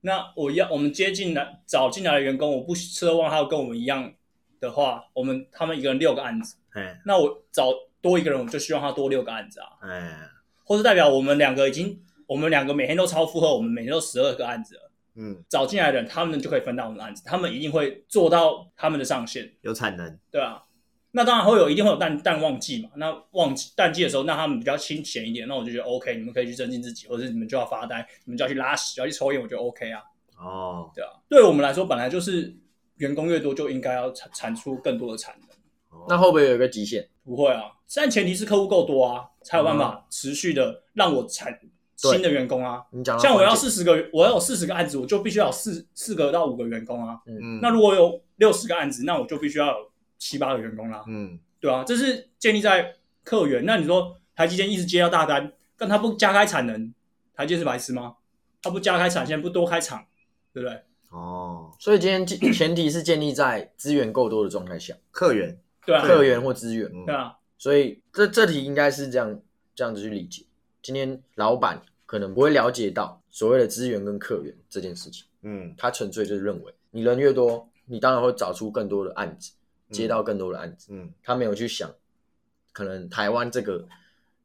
那我要我们接进来找进来的员工，我不奢望他跟我们一样的话，我们他们一个人六个案子，哎，那我找多一个人，我就希望他多六个案子啊，哎，或是代表我们两个已经我们两个每天都超负荷，我们每天都十二个案子了，嗯，找进来的人他们就可以分到我们的案子，他们一定会做到他们的上限，有产能，对啊。那当然会有，一定会有淡淡旺季嘛。那旺季淡季的时候，那他们比较清闲一点，那我就觉得 OK，你们可以去增进自己，或者是你们就要发呆，你们就要去拉屎，要去抽烟，我觉得 OK 啊。哦，对啊，对我们来说，本来就是员工越多就应该要产产出更多的产能。哦那会不会有一个极限？不会啊，但前提是客户够多啊，才有办法持续的让我产对新的员工啊。你讲到像我要关键四十个，我要有四十个案子，我就必须要有四四个到五个员工啊。嗯，那如果有六十个案子，那我就必须要有七八个员工啦、嗯，对啊，这是建立在客源。那你说台积电一直接到大单，但他不加开产能，台积电是白痴吗？他不加开产线，不多开厂，对不对？哦，所以今天建 前提是建立在资源够多的状态下，客源，对啊，客源或资源。嗯对啊，所以这这题应该是这样这样子去理解。今天老板可能不会了解到所谓的资源跟客源这件事情，嗯他纯粹就是认为你人越多，你当然会找出更多的案子，接到更多的案子。嗯他没有去想，可能台湾这个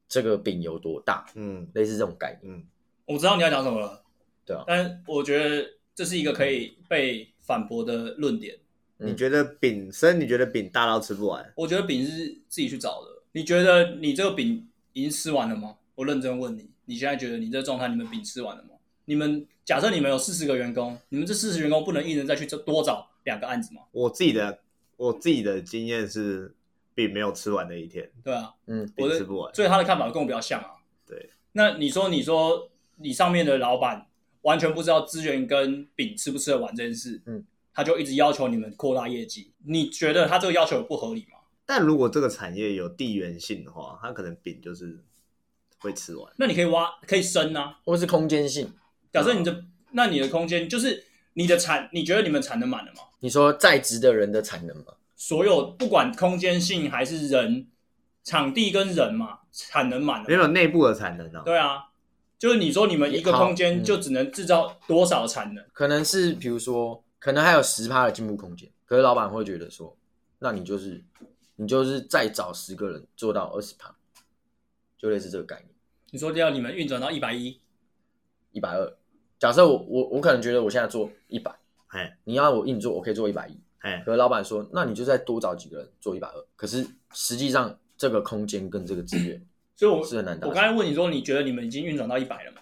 这个饼有多大，嗯类似这种概念。嗯，我知道你要讲什么了，对啊但我觉得这是一个可以被反驳的论点。你觉得饼生？你觉得饼大到吃不完？我觉得饼是自己去找的。你觉得你这个饼已经吃完了吗？我认真问你，你现在觉得你这个状态，你们饼吃完了吗？你们假设你们有四十个员工，你们这四十员工不能一人再去多找两个案子吗？我自己的我自己的经验是，饼没有吃完的一天，对啊，嗯，我饼的吃不完。所以他的看法跟我比较像啊。对，那你说，你说你上面的老板完全不知道资源跟饼吃不吃得完这件事，嗯，他就一直要求你们扩大业绩，你觉得他这个要求有不合理吗？但如果这个产业有地缘性的话，它可能饼就是会吃完。那你可以挖，可以升啊，或是空间性。假设你的、那你的空间就是你的产，你觉得你们产能满了吗？你说在职的人的产能嘛，所有不管空间性还是人、场地跟人嘛，产能满没了吗。有内部的产能啊，对啊，就是你说你们一个好空间嗯就只能制造多少产能？可能是比如说，可能还有十趴的进步空间，可是老板会觉得说，那你就是你就是再找十个人做到二十趴，就类似这个概念，你说要你们运转到一百一，一百二。假设我我我可能觉得我现在做一百，哎你要我硬做，我可以做一百一。哎，可是老板说，那你就再多找几个人做一百二。可是实际上这个空间跟这个资源所以我是很难达我成刚。才问你说，你觉得你们已经运转到一百了吗？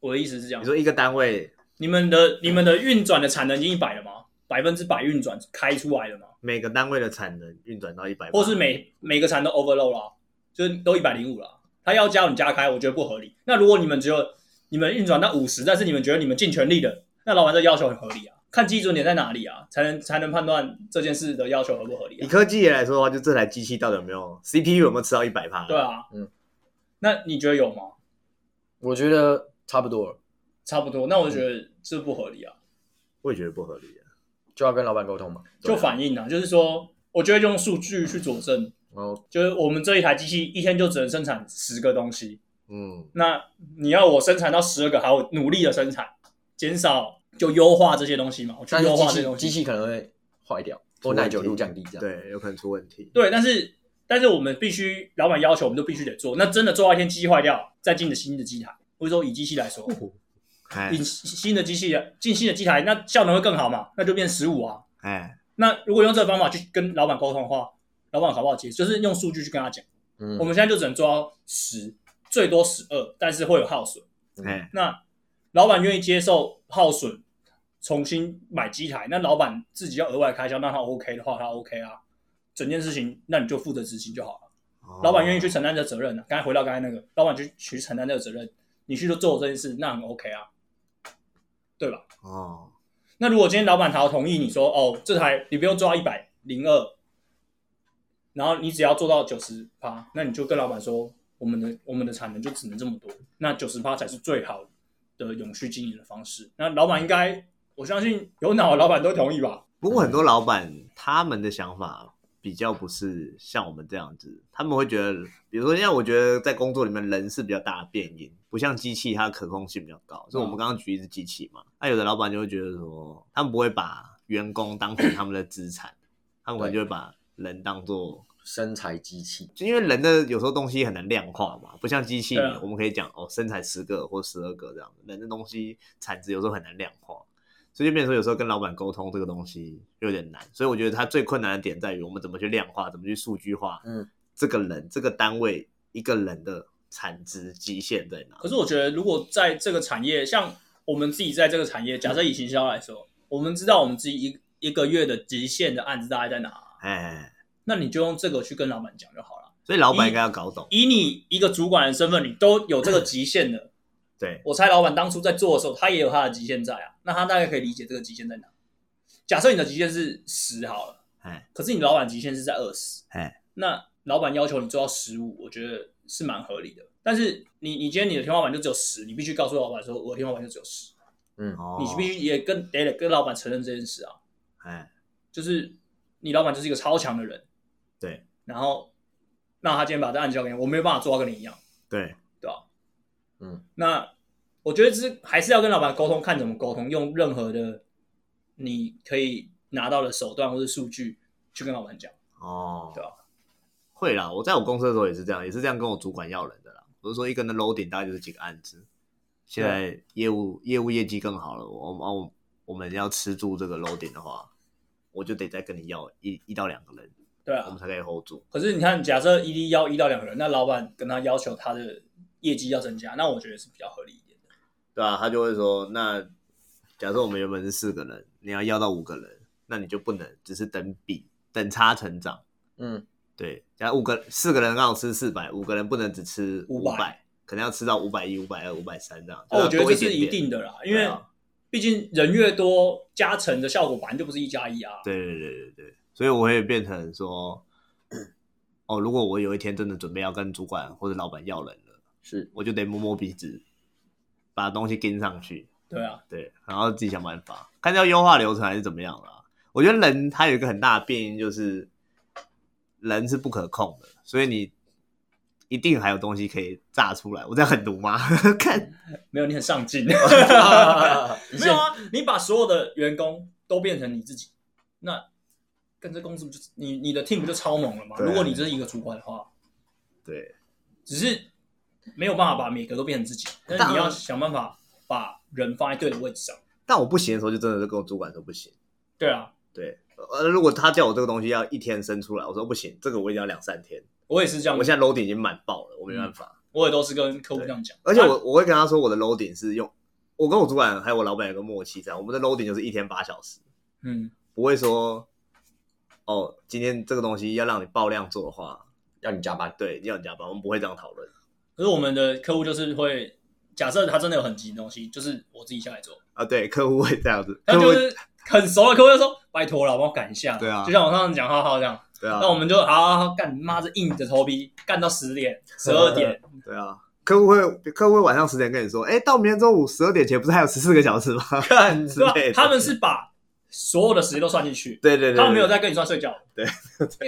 我的意思是这样你，说一个单位你们的你们的运转的产能已经一百了吗？百分之百运转开出来了吗？每个单位的产能运转到一百，或是每每个产都 overload 啦，就是都一百零五啦。他要加你加开，我觉得不合理。那如果你们只有你们运转到五十，但是你们觉得你们尽全力的，那老板这要求很合理啊。看基准点在哪里啊，才能才能判断这件事的要求合不合理以啊？科技业来说的话，就这台机器到底有没有 CPU 有没有吃到一百趴？对，啊，嗯，那你觉得有吗？我觉得差不多了，差不多，那我觉得这不合理啊，我也觉得不合理啊。就要跟老板沟通嘛。就反映啊，就是说，我觉得用数据去佐证，然后就是我们这一台机器一天就只能生产十个东西，嗯，那你要我生产到十二个，还要努力的生产，减少就优化这些东西嘛，我去但是优机化这些器东机西。器可能会坏掉，出或问题耐久度降低这样。对，有可能出问题。对，但是但是我们必须，老板要求我们就必须得做。那真的做到一天机器坏掉，再进的新的机台，或者说以机器来说，哎以新的机器进新的机台，那效能会更好嘛？那就变十五啊。哎，那如果用这个方法去跟老板沟通的话，老板好不好接？就是用数据去跟他讲，嗯我，们现在就只能做到十，最多十二，但是会有耗损。哎，那老板愿意接受耗损，重新买机台，那老板自己要额外开销，那他 OK 的话，他 OK 啊。整件事情，那你就负责执行就好了。老板愿意去承担这责任啊。刚才回到刚才那个，老板去去承担这个责任，你去做这件事，那很 OK 啊，对吧？哦，那如果今天老板他同意你说，哦，这台你不用做到一百零二，然后你只要做到九十趴，那你就跟老板说，我们的我们的产能就只能这么多，那九十趴才是最好的永续经营的方式。那老板应该，我相信有脑的老板都同意吧？不过很多老板他们的想法比较不是像我们这样子，他们会觉得，比如说，因为我觉得在工作里面人是比较大的变因，不像机器它的可控性比较高。嗯所以我们刚刚举一只机器嘛，那有的老板就会觉得说，他们不会把员工当成他们的资产，他们可能就会把人当做。身材机器，就因为人的有时候东西很难量化嘛，不像机器对啊，我们可以讲哦，生产十个或十二个这样子。人的东西产值有时候很难量化，所以就变成说有时候跟老板沟通这个东西有点难。所以我觉得它最困难的点在于我们怎么去量化，怎么去数据化，嗯，这个人这个单位一个人的产值极限在哪？可是我觉得，如果在这个产业，像我们自己在这个产业，假设以行销来说，我们知道我们自己一一个月的极限的案子大概在哪，哎，那你就用这个去跟老板讲就好了。所以老板应该要搞懂，以你一个主管的身份，你都有这个极限的。对，我猜老板当初在做的时候，他也有他的极限在啊。那他大概可以理解这个极限在哪。假设你的极限是十好了，哎，可是你老板极限是在二十，哎，那老板要求你做到十五，我觉得是蛮合理的。但是你你今天你的天花板就只有十，你必须告诉老板说，我的天花板就只有十。嗯哦，你必须也跟得得跟老板承认这件事啊，哎，就是你老板就是一个超强的人，对然后让他今天把这案交给你，我没有办法做到跟你一样，对，对吧？嗯，那我觉得是还是要跟老板沟通，看怎么沟通，用任何的你可以拿到的手段或者数据去跟老板讲。哦，对啊会啦，我在我公司的时候也是这样，也是这样跟我主管要人的啦。我是说，一个人的楼顶大概就是几个案子，现啊在业务业务业绩更好了，我我我我们要吃住这个楼顶的话，我就得再跟你要一一到两个人，对我们啊，才可以 hold 住。可是你看，假设一 d 要一到两个人，那老板跟他要求他的业绩要增加，那我觉得是比较合理一点的。对啊，他就会说，那假设我们原本是四个人，你要要到五个人，那你就不能只是等比等差成长。嗯，对，假如五个四个人刚好吃四百，五个人不能只吃500百，可能要吃到五百一、五百二、五百三这样。哦，我觉就啊得这要多是一一点点定的啦，因对为啊毕竟人越多，加成的效果本来就不是一加一啊。对对对对对，所以我会变成说，哦，如果我有一天真的准备要跟主管或者老板要人了， 是我就得摸摸鼻子，把东西跟上去，对啊，对，然后自己想办法，看是要优化流程还是怎么样啦。我觉得人他有一个很大的变因就是，人是不可控的，所以你一定还有东西可以炸出来。我这样很毒吗？ 看，没有你很上 进。没没有啊，你把所有的员工都变成你自己，那跟这公司不就你你的 team 不就超猛了吗？对啊如果你真是一个主管的话，对只是没有办法把每个都变成自己，但是当然你要想办法把人放在对的位置上。但我不行的时候，就真的是跟我主管说不行。对啊，对，呃，如果他叫我这个东西要一天生出来，我说不行，这个我一定要两三天。我也是这样，我我现在楼顶已经满爆了，我没办法。我也都是跟客户这样讲。而且我啊我会跟他说，我的楼顶是用我跟我主管还有我老板有个默契在，我们的楼顶就是一天八小时，嗯，不会说哦，今天这个东西要让你爆量做的话，要你加班，对，你要加班，我们不会这样讨论。可是我们的客户就是会假设他真的有很急的东西，就是我自己下来做，啊，对，客户会这样子，但客户就会是很熟的客户就说拜托了，帮我赶一下。对啊就像我上次讲浩浩这样。对啊那，我们就好好好干，妈这硬着头皮干到十点、十 二点，对啊，客户会客户会晚上十点跟你说，哎，到明天中午十二点前不是还有十四个小时吗？ 干之对吧类的？他们是把所有的时间都算进去，对对对，他们没有对在跟你算睡觉。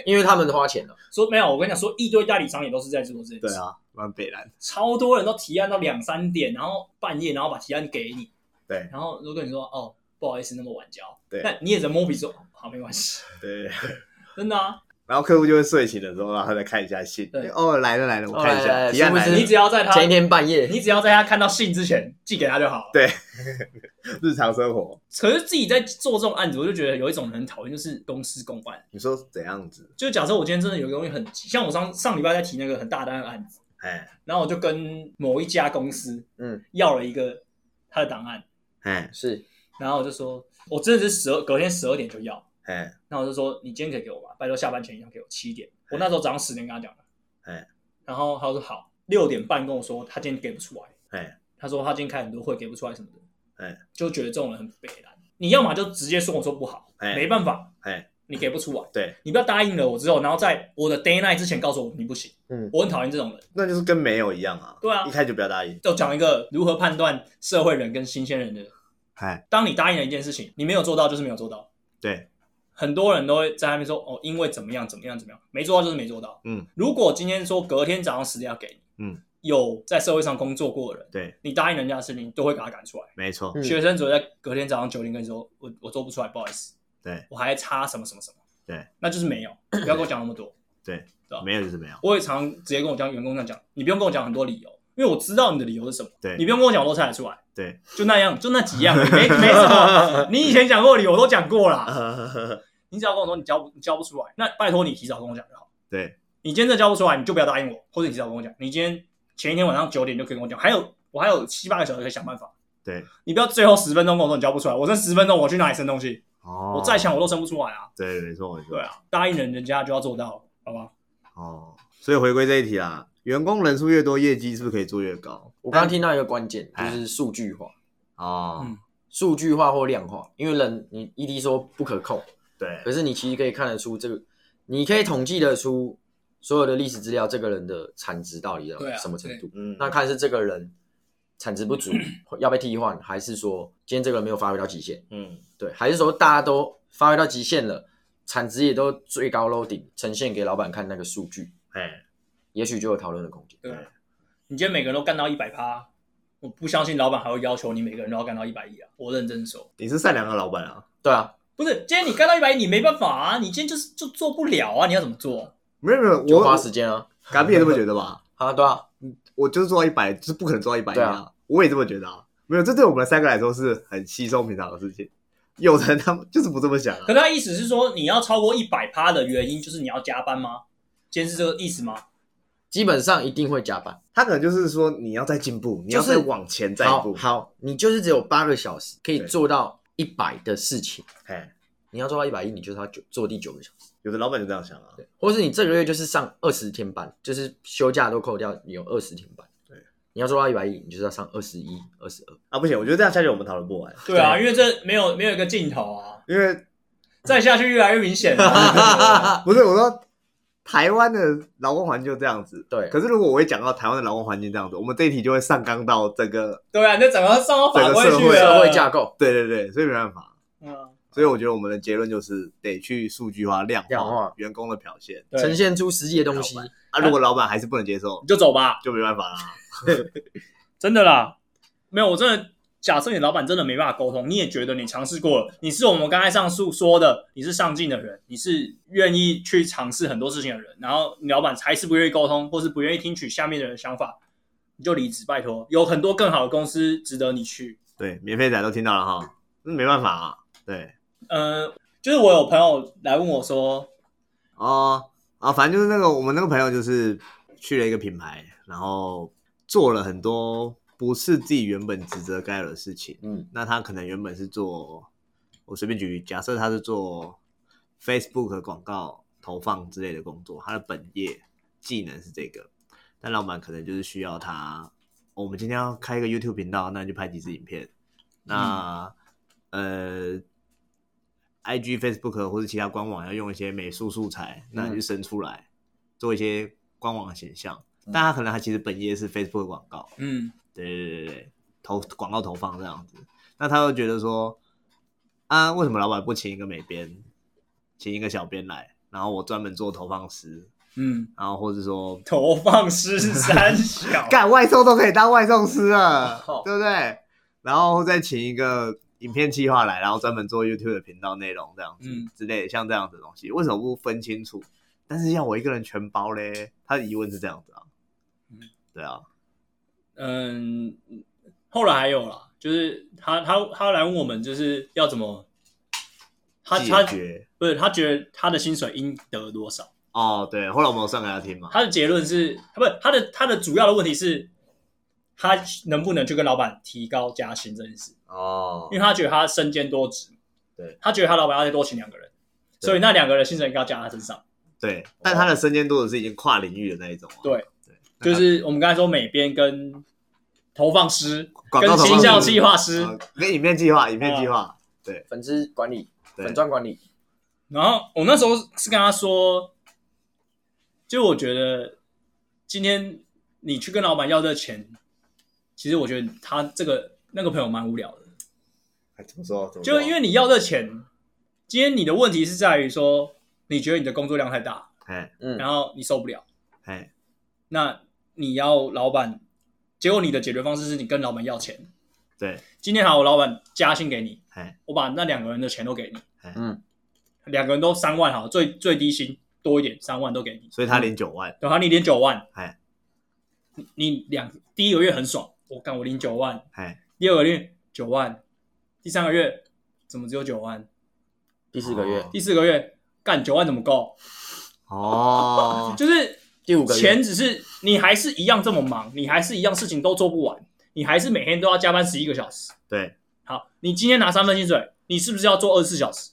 因为他们花钱了，说没有，我跟你讲，说一堆代理商也都是在做这件对事，啊，蛮北蓝，超多人都提案到两三点，然后半夜，然后把提案给你，对然后如果你说哦不好意思那么晚交，对那你也只能摸鼻子说哦好没关系，对。真的啊，然后客户就会睡醒的时候，然后再看一下信，对哦，来了来了，我看一哦来下，了提案来殊不你了知，只要在他，前一天半夜你只要在他看到信之前寄给他就好了。对，日常生活，可是自己在做这种案子，我就觉得有一种人很讨厌，就是公事公办。你说怎样子？就假设我今天真的有一个东西很急，像我上上礼拜在提那个很大单的案子，哎然后我就跟某一家公司嗯要了一个他的档案，哎是然后我就说，我真的是十二隔天十二点就要，哎然后我就说你今天可以给我吧，拜托下班前一定要给我七点。我那时候早上十点跟他讲的，哎，然后他说好，六点半跟我说他今天给不出来，哎他说他今天开很多会给不出来什么的，哎，就觉得这种人很北蓝。你要么就直接说我说不好，哎没办法，哎，你给不出来，对，你不要答应了我之后，然后在我的 day night 之前告诉我你不行，嗯我很讨厌这种人。那就是跟没有一样啊，对啊一开始就不要答应，就讲一个如何判断社会人跟新鲜人的，哎，当你答应了一件事情，你没有做到就是没有做到。对，很多人都会在那边说哦，因为怎么样怎么样怎么样，没做到就是没做到。嗯，如果今天说隔天早上十点要给你，嗯，有在社会上工作过的人，对，你答应人家的事情都会给他赶出来。没错，嗯学生只会在隔天早上九点跟你说，我我做不出来，不好意思，对我还差什么什么什么，对，那就是没有，不要跟我讲那 么多。对对啊，没有就是没有，我也常直接跟我讲员工这样讲，你不用跟我讲很多理由，因为我知道你的理由是什么。对你不用跟我讲，我都猜得出来。对，就那样，就那几样，没没什么。你以前讲过的理由我都讲过啦，你只要跟我说你交不你交不出来，那拜托你提早跟我讲就好。对你今天真的交不出来，你就不要答应我，或者你提早跟我讲。你今天前一天晚上九点就可以跟我讲，还有我还有七八个小时可以想办法。对，你不要最后十分钟跟我说你交不出来，我这十分钟我去哪里生东西？哦，我再想我都生不出来啊。对，没错没错对，啊，答应人人家就要做到，好吧？哦，所以回归这一题啦，员工人数越多，业绩是不是可以做越高？我刚刚听到一个关键，就哎是数据化，哦嗯，数据化或量化，因为人你 ED 说不可控，对可是你其实可以看得出这个，你可以统计得出所有的历史资料，这个人的产值到底对啊到什么程度。嗯那看是这个人产值不足要被替换，还是说今天这个人没有发挥到极限？嗯，对，还是说大家都发挥到极限了，产值也都最高 loading 呈现给老板看那个数据，哎，也许就有讨论的空间。对，啊你今天每个人都干到一百趴，我不相信老板还会要求你每个人都要干到一百一啊！我认真说，你是善良的老板啊，对啊，不是今天你干到一百一，你没办法啊，你今天就是就做不了啊，你要怎么做？没有没有，就我花时间啊，嘎比也这么觉得吧？啊，对啊，我就是做到一百，就是不可能做到一百一对啊啊！我也这么觉得啊。没有，这对我们三个来说是很稀松平常的事情。有的人他们就是不这么想啊可。他意思是说，你要超过一百趴的原因就是你要加班吗？今天是这个意思吗？基本上一定会加班。他可能就是说你要再进步，你要再往前再一好步。好，你就是只有八个小时可以对做到一百的事情，哎，你要做到一百一，你就是要九做第九个小时，有的老板就这样想啊。对，或是你这个月就是上二十天班，就是休假都扣掉，你有二十天班，对，你要做到一百一，你就是要上二十一、二十二，啊，不行，我觉得这样下去我们讨论不完，对啊，因为这没有没有一个尽头啊，因为再下去越来越明显啊 了。不是我说台湾的劳工环境就这样子。对可是如果我一讲到台湾的劳工环境这样子，我们这一题就会上纲到整个，对啊，你就整个上到法规整去个了。社会架构对对对，所以没办法。嗯，所以我觉得我们的结论就是得去数据化、量量化员工的表现对呈现出实际的东西老，啊。如果老板还是不能接受你，就走吧，就没办法啦。真的啦。没有，我真的假设你老板真的没办法沟通，你也觉得你尝试过了，你是我们刚才上述说的，你是上进的人，你是愿意去尝试很多事情的人，然后你老板还是不愿意沟通，或是不愿意听取下面的人的想法，你就离职，拜托，有很多更好的公司值得你去。对，免费仔都听到了哈，那没办法啊。对，呃，就是我有朋友来问我说，哦啊，反正就是那个我们那个朋友就是去了一个品牌，然后做了很多不是自己原本职责该有的事情。嗯，那他可能原本是做，我随便举例，假设他是做 Facebook 广告投放之类的工作，他的本业技能是这个，但老板可能就是需要他，哦我们今天要开一个 YouTube 频道，那你就拍几支影片，那、呃，IG、Facebook 或是其他官网要用一些美术素材，那你就生出来、做一些官网的形象，但他可能他其实本业是 Facebook 广告，嗯，对对对对，投广告投放这样子。那他又觉得说，啊，为什么老板不请一个美编，请一个小编来，然后我专门做投放师，嗯，然后或者说，，投放师三小干外送都可以当外送师了，哦对不对？然后再请一个影片企划来，然后专门做 YouTube 的频道内容这样子、嗯之类的，像这样子的东西，为什么不分清楚？但是要我一个人全包嘞？他的疑问是这样子啊嗯，对啊，嗯，后来还有啦，就是他他他来问我们，就是要怎么，他他解决不是他觉得他的薪水应得多少？哦，对，后来我们有算给他听嘛，他的结论是，不是他的他的主要的问题是，他能不能去跟老板提高加薪这件事，哦因为他觉得他身兼多职，对，他觉得他老板要再多请两个人，对所以那两个人的薪水应该要加他身上。对，但他的身兼多的是已经跨领域的那一种、啊。哦对对，就是我们刚才说美编跟投放师、广告跟投放形象师计划师，啊呃跟影片计划，影片计划，粉丝管理、对粉钻管理，然后我那时候是跟他说，就我觉得今天你去跟老板要这钱，其实我觉得他这个那个朋友蛮无聊的，哎怎么说？怎么就说因为你要这钱，今天你的问题是在于说，你觉得你的工作量太大，哎嗯然后你受不了，哎那你要老板，结果你的解决方式是你跟老板要钱。对今天好，我老板加薪给你哎，我把那两个人的钱都给你哎，嗯，两个人都三万好了，最最低薪多一点，三万都给你。所以他领九万，对啊，你领九万，哎你你两第一个月很爽，我干我领九万，哎，第二个月九万，第三个月怎么只有九万？第四个月哦、第四个月干九万怎么够？嗯哦，就是第五个月，钱只是你还是一样这么忙，你还是一样事情都做不完，你还是每天都要加班十一个小时。对，好，你今天拿三份薪水，你是不是要做二十四小时？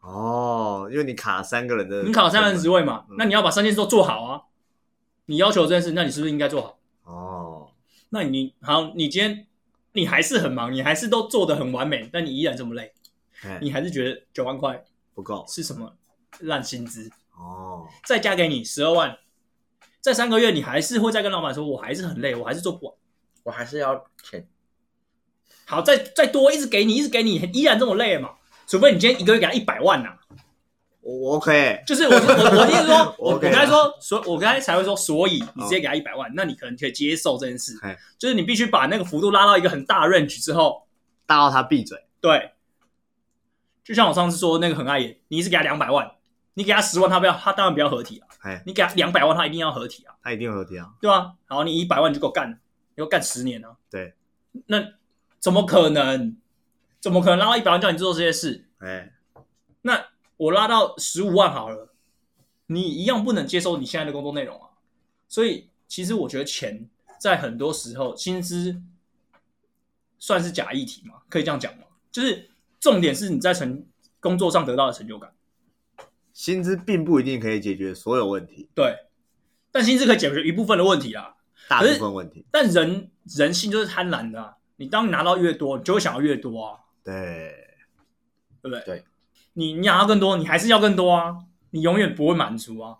哦，因为你卡三个人呃的，你考三份职万，位嘛嗯，那你要把三件事都做好啊。你要求这件事，那你是不是应该做好？哦，那你好，你今天你还是很忙，你还是都做得很完美，但你依然这么累，哎，你还是觉得九万块不够，是什么烂薪资？哦，再加给你十二万，在三个月你还是会再跟老板说，我还是很累，我还是做不完。我还是要钱。好，再再多，一直给你，一直给你，依然这么累嘛？除非你今天一个月给他一百万呐、我我 OK，就是我我我的意思说，我我 OK 啊刚才说，所我刚才才会说，所以你直接给他一百万，那你可能可以接受这件事嘿，就是你必须把那个幅度拉到一个很大的 range 之后，大到他闭嘴。对，就像我上次说那个很爱演，你一次给他两百万，你给他十万，他不要，他当然不要合体啊嘿，你给他两百万，他一定要合体啊，他一定有合体啊！对吧？然后你一百万你就给我干，你给我干十年啊，对，那怎么可能？怎么可能拉到一百万叫你做这些事？哎、那我拉到十五万好了，你一样不能接受你现在的工作内容啊。所以其实我觉得钱在很多时候薪资算是假议题嘛，可以这样讲吗？就是重点是你在成工作上得到的成就感，薪资并不一定可以解决所有问题，对。但薪资可以解决一部分的问题啦，大部可是分问题。但人人性就是贪婪的、啊，你当你拿到越多，你就会想要越多啊，对，对不对？对，你你想要更多，你还是要更多啊，你永远不会满足啊。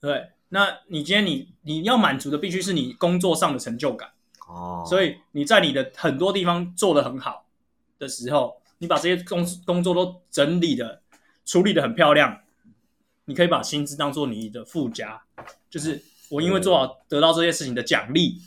对，那你今天你你要满足的必须是你工作上的成就感，哦，所以你在你的很多地方做得很好的时候，你把这些工工作都整理的处理的很漂亮，你可以把薪资当做你的附加，就是我因为做好得到这些事情的奖励。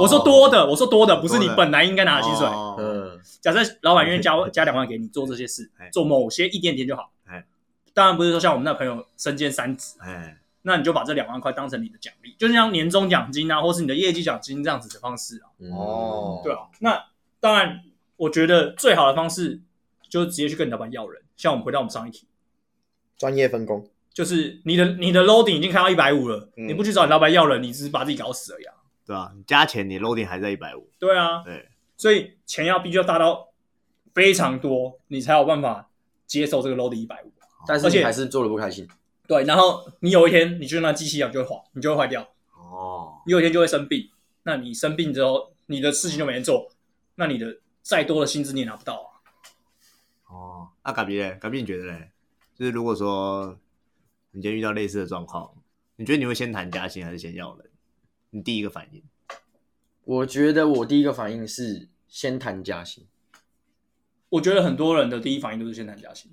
我说多的，我说多的，不是你哦多的本来应该拿的薪水。哦嗯，假设老板愿意加加两万给你做这些事哎，做某些一点点就好哎。当然不是说像我们那朋友身兼三职，哎，那你就把这两万块当成你的奖励，就像年终奖金啊，或是你的业绩奖金这样子的方式啊。嗯哦对啊，那当然，我觉得最好的方式就是直接去跟你老板要人。像我们回到我们上一题，专业分工。就是你的你的 loading 已经开到一百五了，嗯你不去找你老板要人，你只是把自己搞死而已啊。对啊，你加钱你 loading 还在一百五，对啊，对，所以钱要必须要大到非常多，你才有办法接受这个 loading 一百五。但是而且你还是做的不开心。对，然后你有一天你就那机器一样就会坏，你就会坏掉，哦，你有一天就会生病。那你生病之后，你的事情就没人做，那你的再多的薪资你也拿不到啊。哦，那嘎比嘞，嘎比你觉得嘞？就是如果说你今天遇到类似的状况，你觉得你会先谈加薪还是先要人？你第一个反应，我觉得我第一个反应是先谈加薪，我觉得很多人的第一反应都是先谈加薪，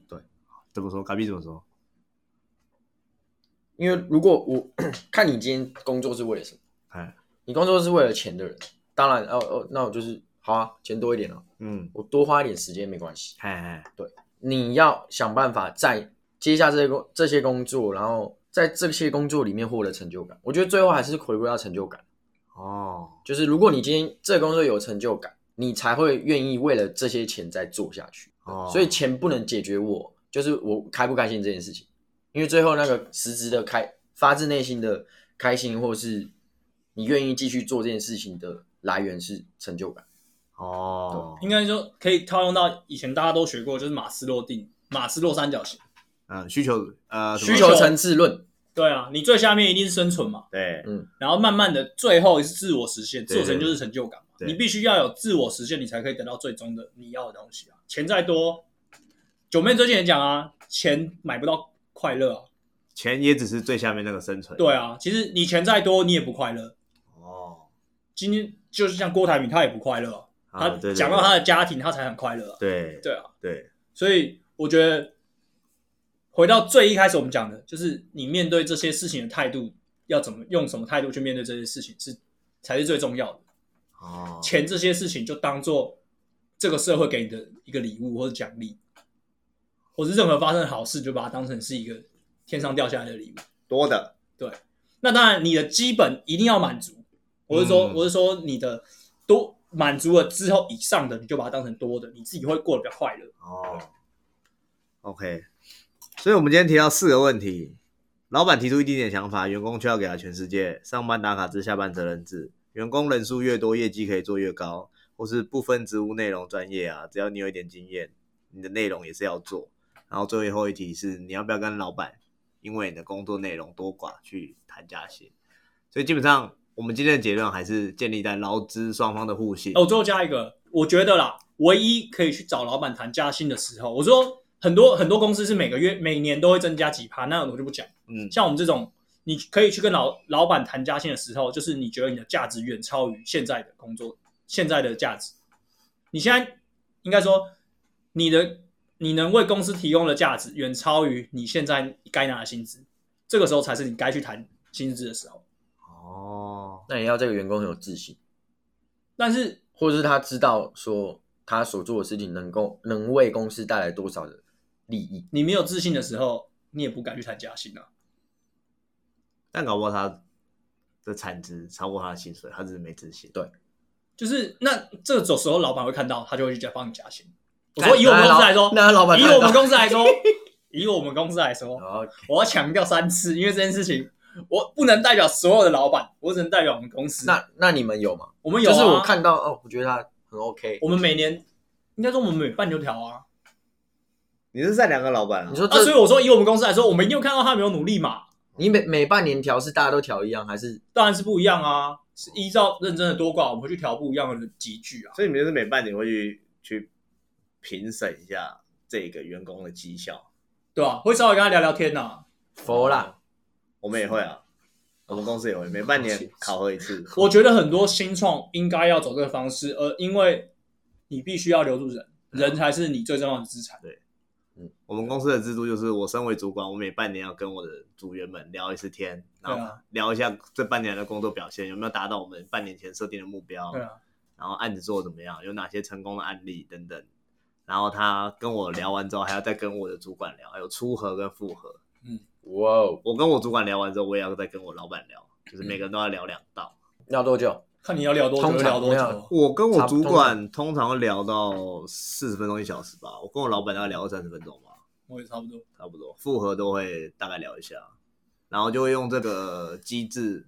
怎么说？嘎比怎么说？因为如果我 看你今天工作是为了什么，哎，你工作是为了钱的人，当然哦哦，那我就是好啊，钱多一点啊，嗯，我多花一点时间没关系。哎哎，你要想办法在接下这些工这些工作，然后在这些工作里面获得成就感。我觉得最后还是回归到成就感，哦，就是如果你今天这个工作有成就感，你才会愿意为了这些钱再做下去。哦所以钱不能解决我，就是我开不开心这件事情，因为最后那个实质的开，发自内心的开心，或是你愿意继续做这件事情的来源是成就感。哦，应该说可以套用到以前大家都学过，就是马斯洛定马斯洛三角形。嗯，需求呃，什么需求层次论，对啊，你最下面一定是生存嘛，对然后慢慢的最后是自我实现，对自我成就是成就感嘛。对你必须要有自我实现，你才可以得到最终的你要的东西啊。钱再多，九妹最近也讲啊，钱买不到快乐啊。钱也只是最下面那个生存，对啊，其实你钱再多，你也不快乐。哦，今天就是像郭台铭，他也不快乐啊、啊他讲到他，的家庭，他才很快乐、啊。对对对啊，对，所以我觉得回到最一开始我们讲的，就是你面对这些事情的态度，要怎么用什么态度去面对这些事情是才是最重要的。哦，钱这些事情就当做这个社会给你的一个礼物或者奖励，或是任何发生的好事，就把它当成是一个天上掉下来的礼物。多的，那当然，你的基本一定要满足。我是说，嗯我是说你的多满足了之后以上的，你就把它当成多的，你自己会过得比较快乐。哦，OK，所以我们今天提到四个问题：老板提出一丁点想法，员工却要给他全世界；上班打卡制，下班责任制；员工人数越多，业绩可以做越高；或是部分职务内容专业啊，只要你有一点经验，你的内容也是要做。然后最后一题是，你要不要跟老板因为你的工作内容多寡去谈加薪？所以基本上，我们今天的结论还是建立在劳资双方的互信。哦，我最后加一个，我觉得啦，唯一可以去找老板谈加薪的时候，我说很多很多公司是每个月每年都会增加几趴，那我就不讲。嗯，像我们这种你可以去跟老老板谈加薪的时候，就是你觉得你的价值远超于现在的工作现在的价值。你现在应该说你的你能为公司提供的价值远超于你现在该拿的薪资，这个时候才是你该去谈薪资的时候。哦，那也要这个员工很有自信，但是或者是他知道说他所做的事情能够能为公司带来多少的利益。你没有自信的时候，你也不敢去谈加薪啊。但搞不好他的产值超过他的薪水，他只是没自信。就是那这种时候，老板会看到，他就会去帮你加薪。我干说以我们公司来那他说，老板以看得我们到，公 司来说，以我们公司来说，然后我要强调三次，因为这件事情我不能代表所有的老板，我只能代表我们公司。那那你们有吗？我们有、就啊，是我，看到哦，我觉得他很 OK。我们每年应该说我们每半就调啊你是善良的老板啊？你说啊，所以这我说以我们公司来说，我们一定会看到他没有努力嘛，你每每半年调是大家都调一样，还是当然是不一样啊，是依照认真的多寡，我们会去调不一样的集聚啊。所以你们就是每半年会去去评审一下这个员工的绩效。对吧、会稍微跟他聊聊天呐、啊佛啦？我们也会啊，我们公司也会每半年考核一次。我觉得很多新创应该要走这个方式，而因为你必须要留住人，啊人才是你最重要的资产。我们公司的制度就是，我身为主管，我每半年要跟我的组员们聊一次天，对啊然后聊一下这半年来的工作表现有没有达到我们半年前设定的目标，对啊，然后案子做得怎么样，有哪些成功的案例等等。然后他跟我聊完之后，还要再跟我的主管聊，还有出合跟复合。哇哦，我跟我主管聊完之后，我也要再跟我老板聊，就是每个人都要聊两道。嗯要多 久？看你要聊多久，通常聊多没久有。我跟我主管通常会聊到四十分钟一小时吧，我跟我老板大概聊到三十分钟吧，我也差不多。差不多，复合都会大概聊一下，然后就会用这个机制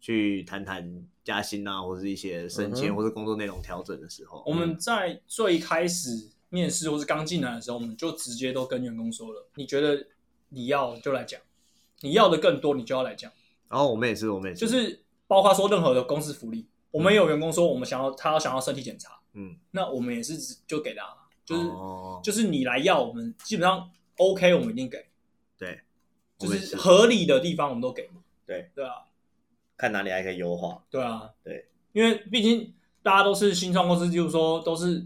去谈谈加薪啊，或是一些升嗯迁，哼或是工作内容调整的时候，嗯我们在最开始面试或是刚进来的时候，我们就直接都跟员工说了，你觉得你要就来讲，你要的更多你就要来讲，然哦后我们也是，我们也是，就是包括说任何的公司福利，我们也有员工说我们想要他要想要身体检查，嗯，那我们也是只就给他，就是、哦就是你来要，我们基本上 OK 我们一定给，对，就我们也是合理的地方我们都给，对对啊，看哪里还可以优化，对啊，对，因为毕竟大家都是新创公司，就是说都是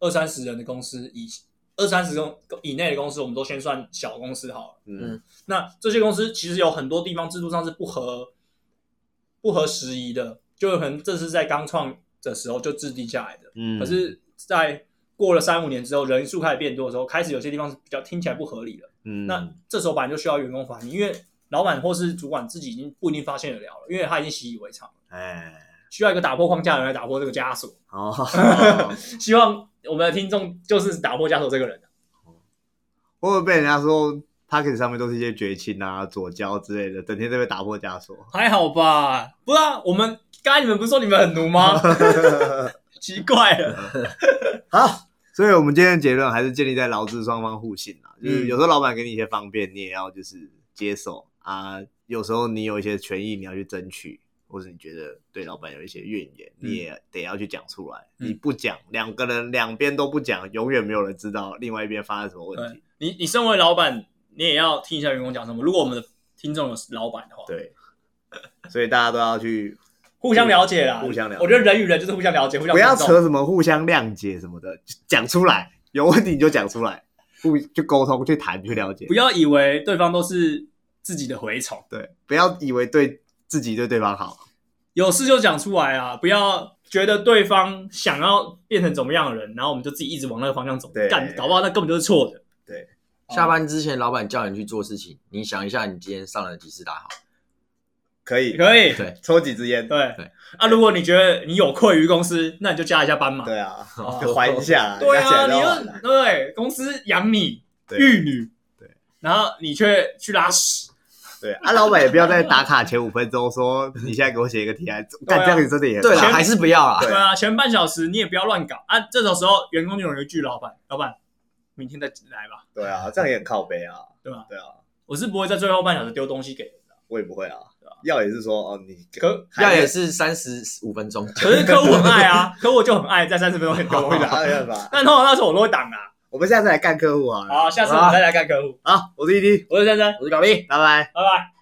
二三十人的公司，以二三十公以内的公司，我们都先算小公司好了。嗯嗯那这些公司其实有很多地方制度上是不合不合时宜的，就有可能这是在刚创的时候就制定下来的，嗯，可是，在过了三五年之后，人数开始变多的时候，开始有些地方是比较听起来不合理的。嗯，那这时候本来就需要员工反应，因为老板或是主管自己已经不一定发现得了了，因为他已经习以为常了。哎，需要一个打破框架的人来打破这个枷锁。 哦，希望我们的听众就是打破枷锁这个人。啊会不会被人家说 p a c k e t 上面都是一些绝情啊、左交之类的，整天在被打破枷锁？ 还好吧？不是啊，我们刚才你们不是说你们很奴吗？ 奇怪了，好，所以我们今天的结论还是建立在劳资双方互信啦，啊就是嗯有时候老板给你一些方便，你也要就是接受啊。有时候你有一些权益你要去争取，或者你觉得对老板有一些怨言，嗯你也得要去讲出来。嗯你不讲，两个人两边都不讲，永远没有人知道另外一边发生什么问题。 你你身为老板，你也要听一下员工讲什么。如果我们的听众有老板的话，对， 所以大家都要去互相了解啦，互相了解我觉得人与人就是互相了解，互相不要尊重。扯什么互相谅解什么的，就讲出来，有问题你就讲出来，互去沟通、去谈、去了解不。要以为对方都是自己的蛔虫，对，不要以为对自己对对方好。有事就讲出来啊！不要觉得对方想要变成怎么样的人，然后我们就自己一直往那个方向走对，干，搞不好那根本就是错的。对，下班之前老板叫你去做事情，你想一下你今天上了几次大号？可以，哦可以，对，抽几支烟。对对啊，如果你觉得你有愧于公司，那你就加一下班嘛。对啊，哦就还一下。对加起啊，来你就好又了对公司养你对玉女，对，然后你却去拉屎，对啊，老板也不要在打卡前五分钟说 你现在给我写一个提案，干对啊这样子真的也很对前啦，还是不要啦。对对啊，前半小时你也不要乱搞啊。这种时候员工就有一句老板，老板明天再来吧，对啊，这样也很靠背啊。对吧？对啊，我是不会在最后半小时丢东西给人的，我也不会啊。要也是说哦，你可要也是三十五分钟，可是客户很爱啊， 客户就很爱在三十分钟前跟我会回的，答， 没办法。但通常那时候我都会挡啊。我们下次来干客户啊。好，下次我们再来看客户。好，我是 ED，我是珊珊，我是高斌。拜拜。拜拜。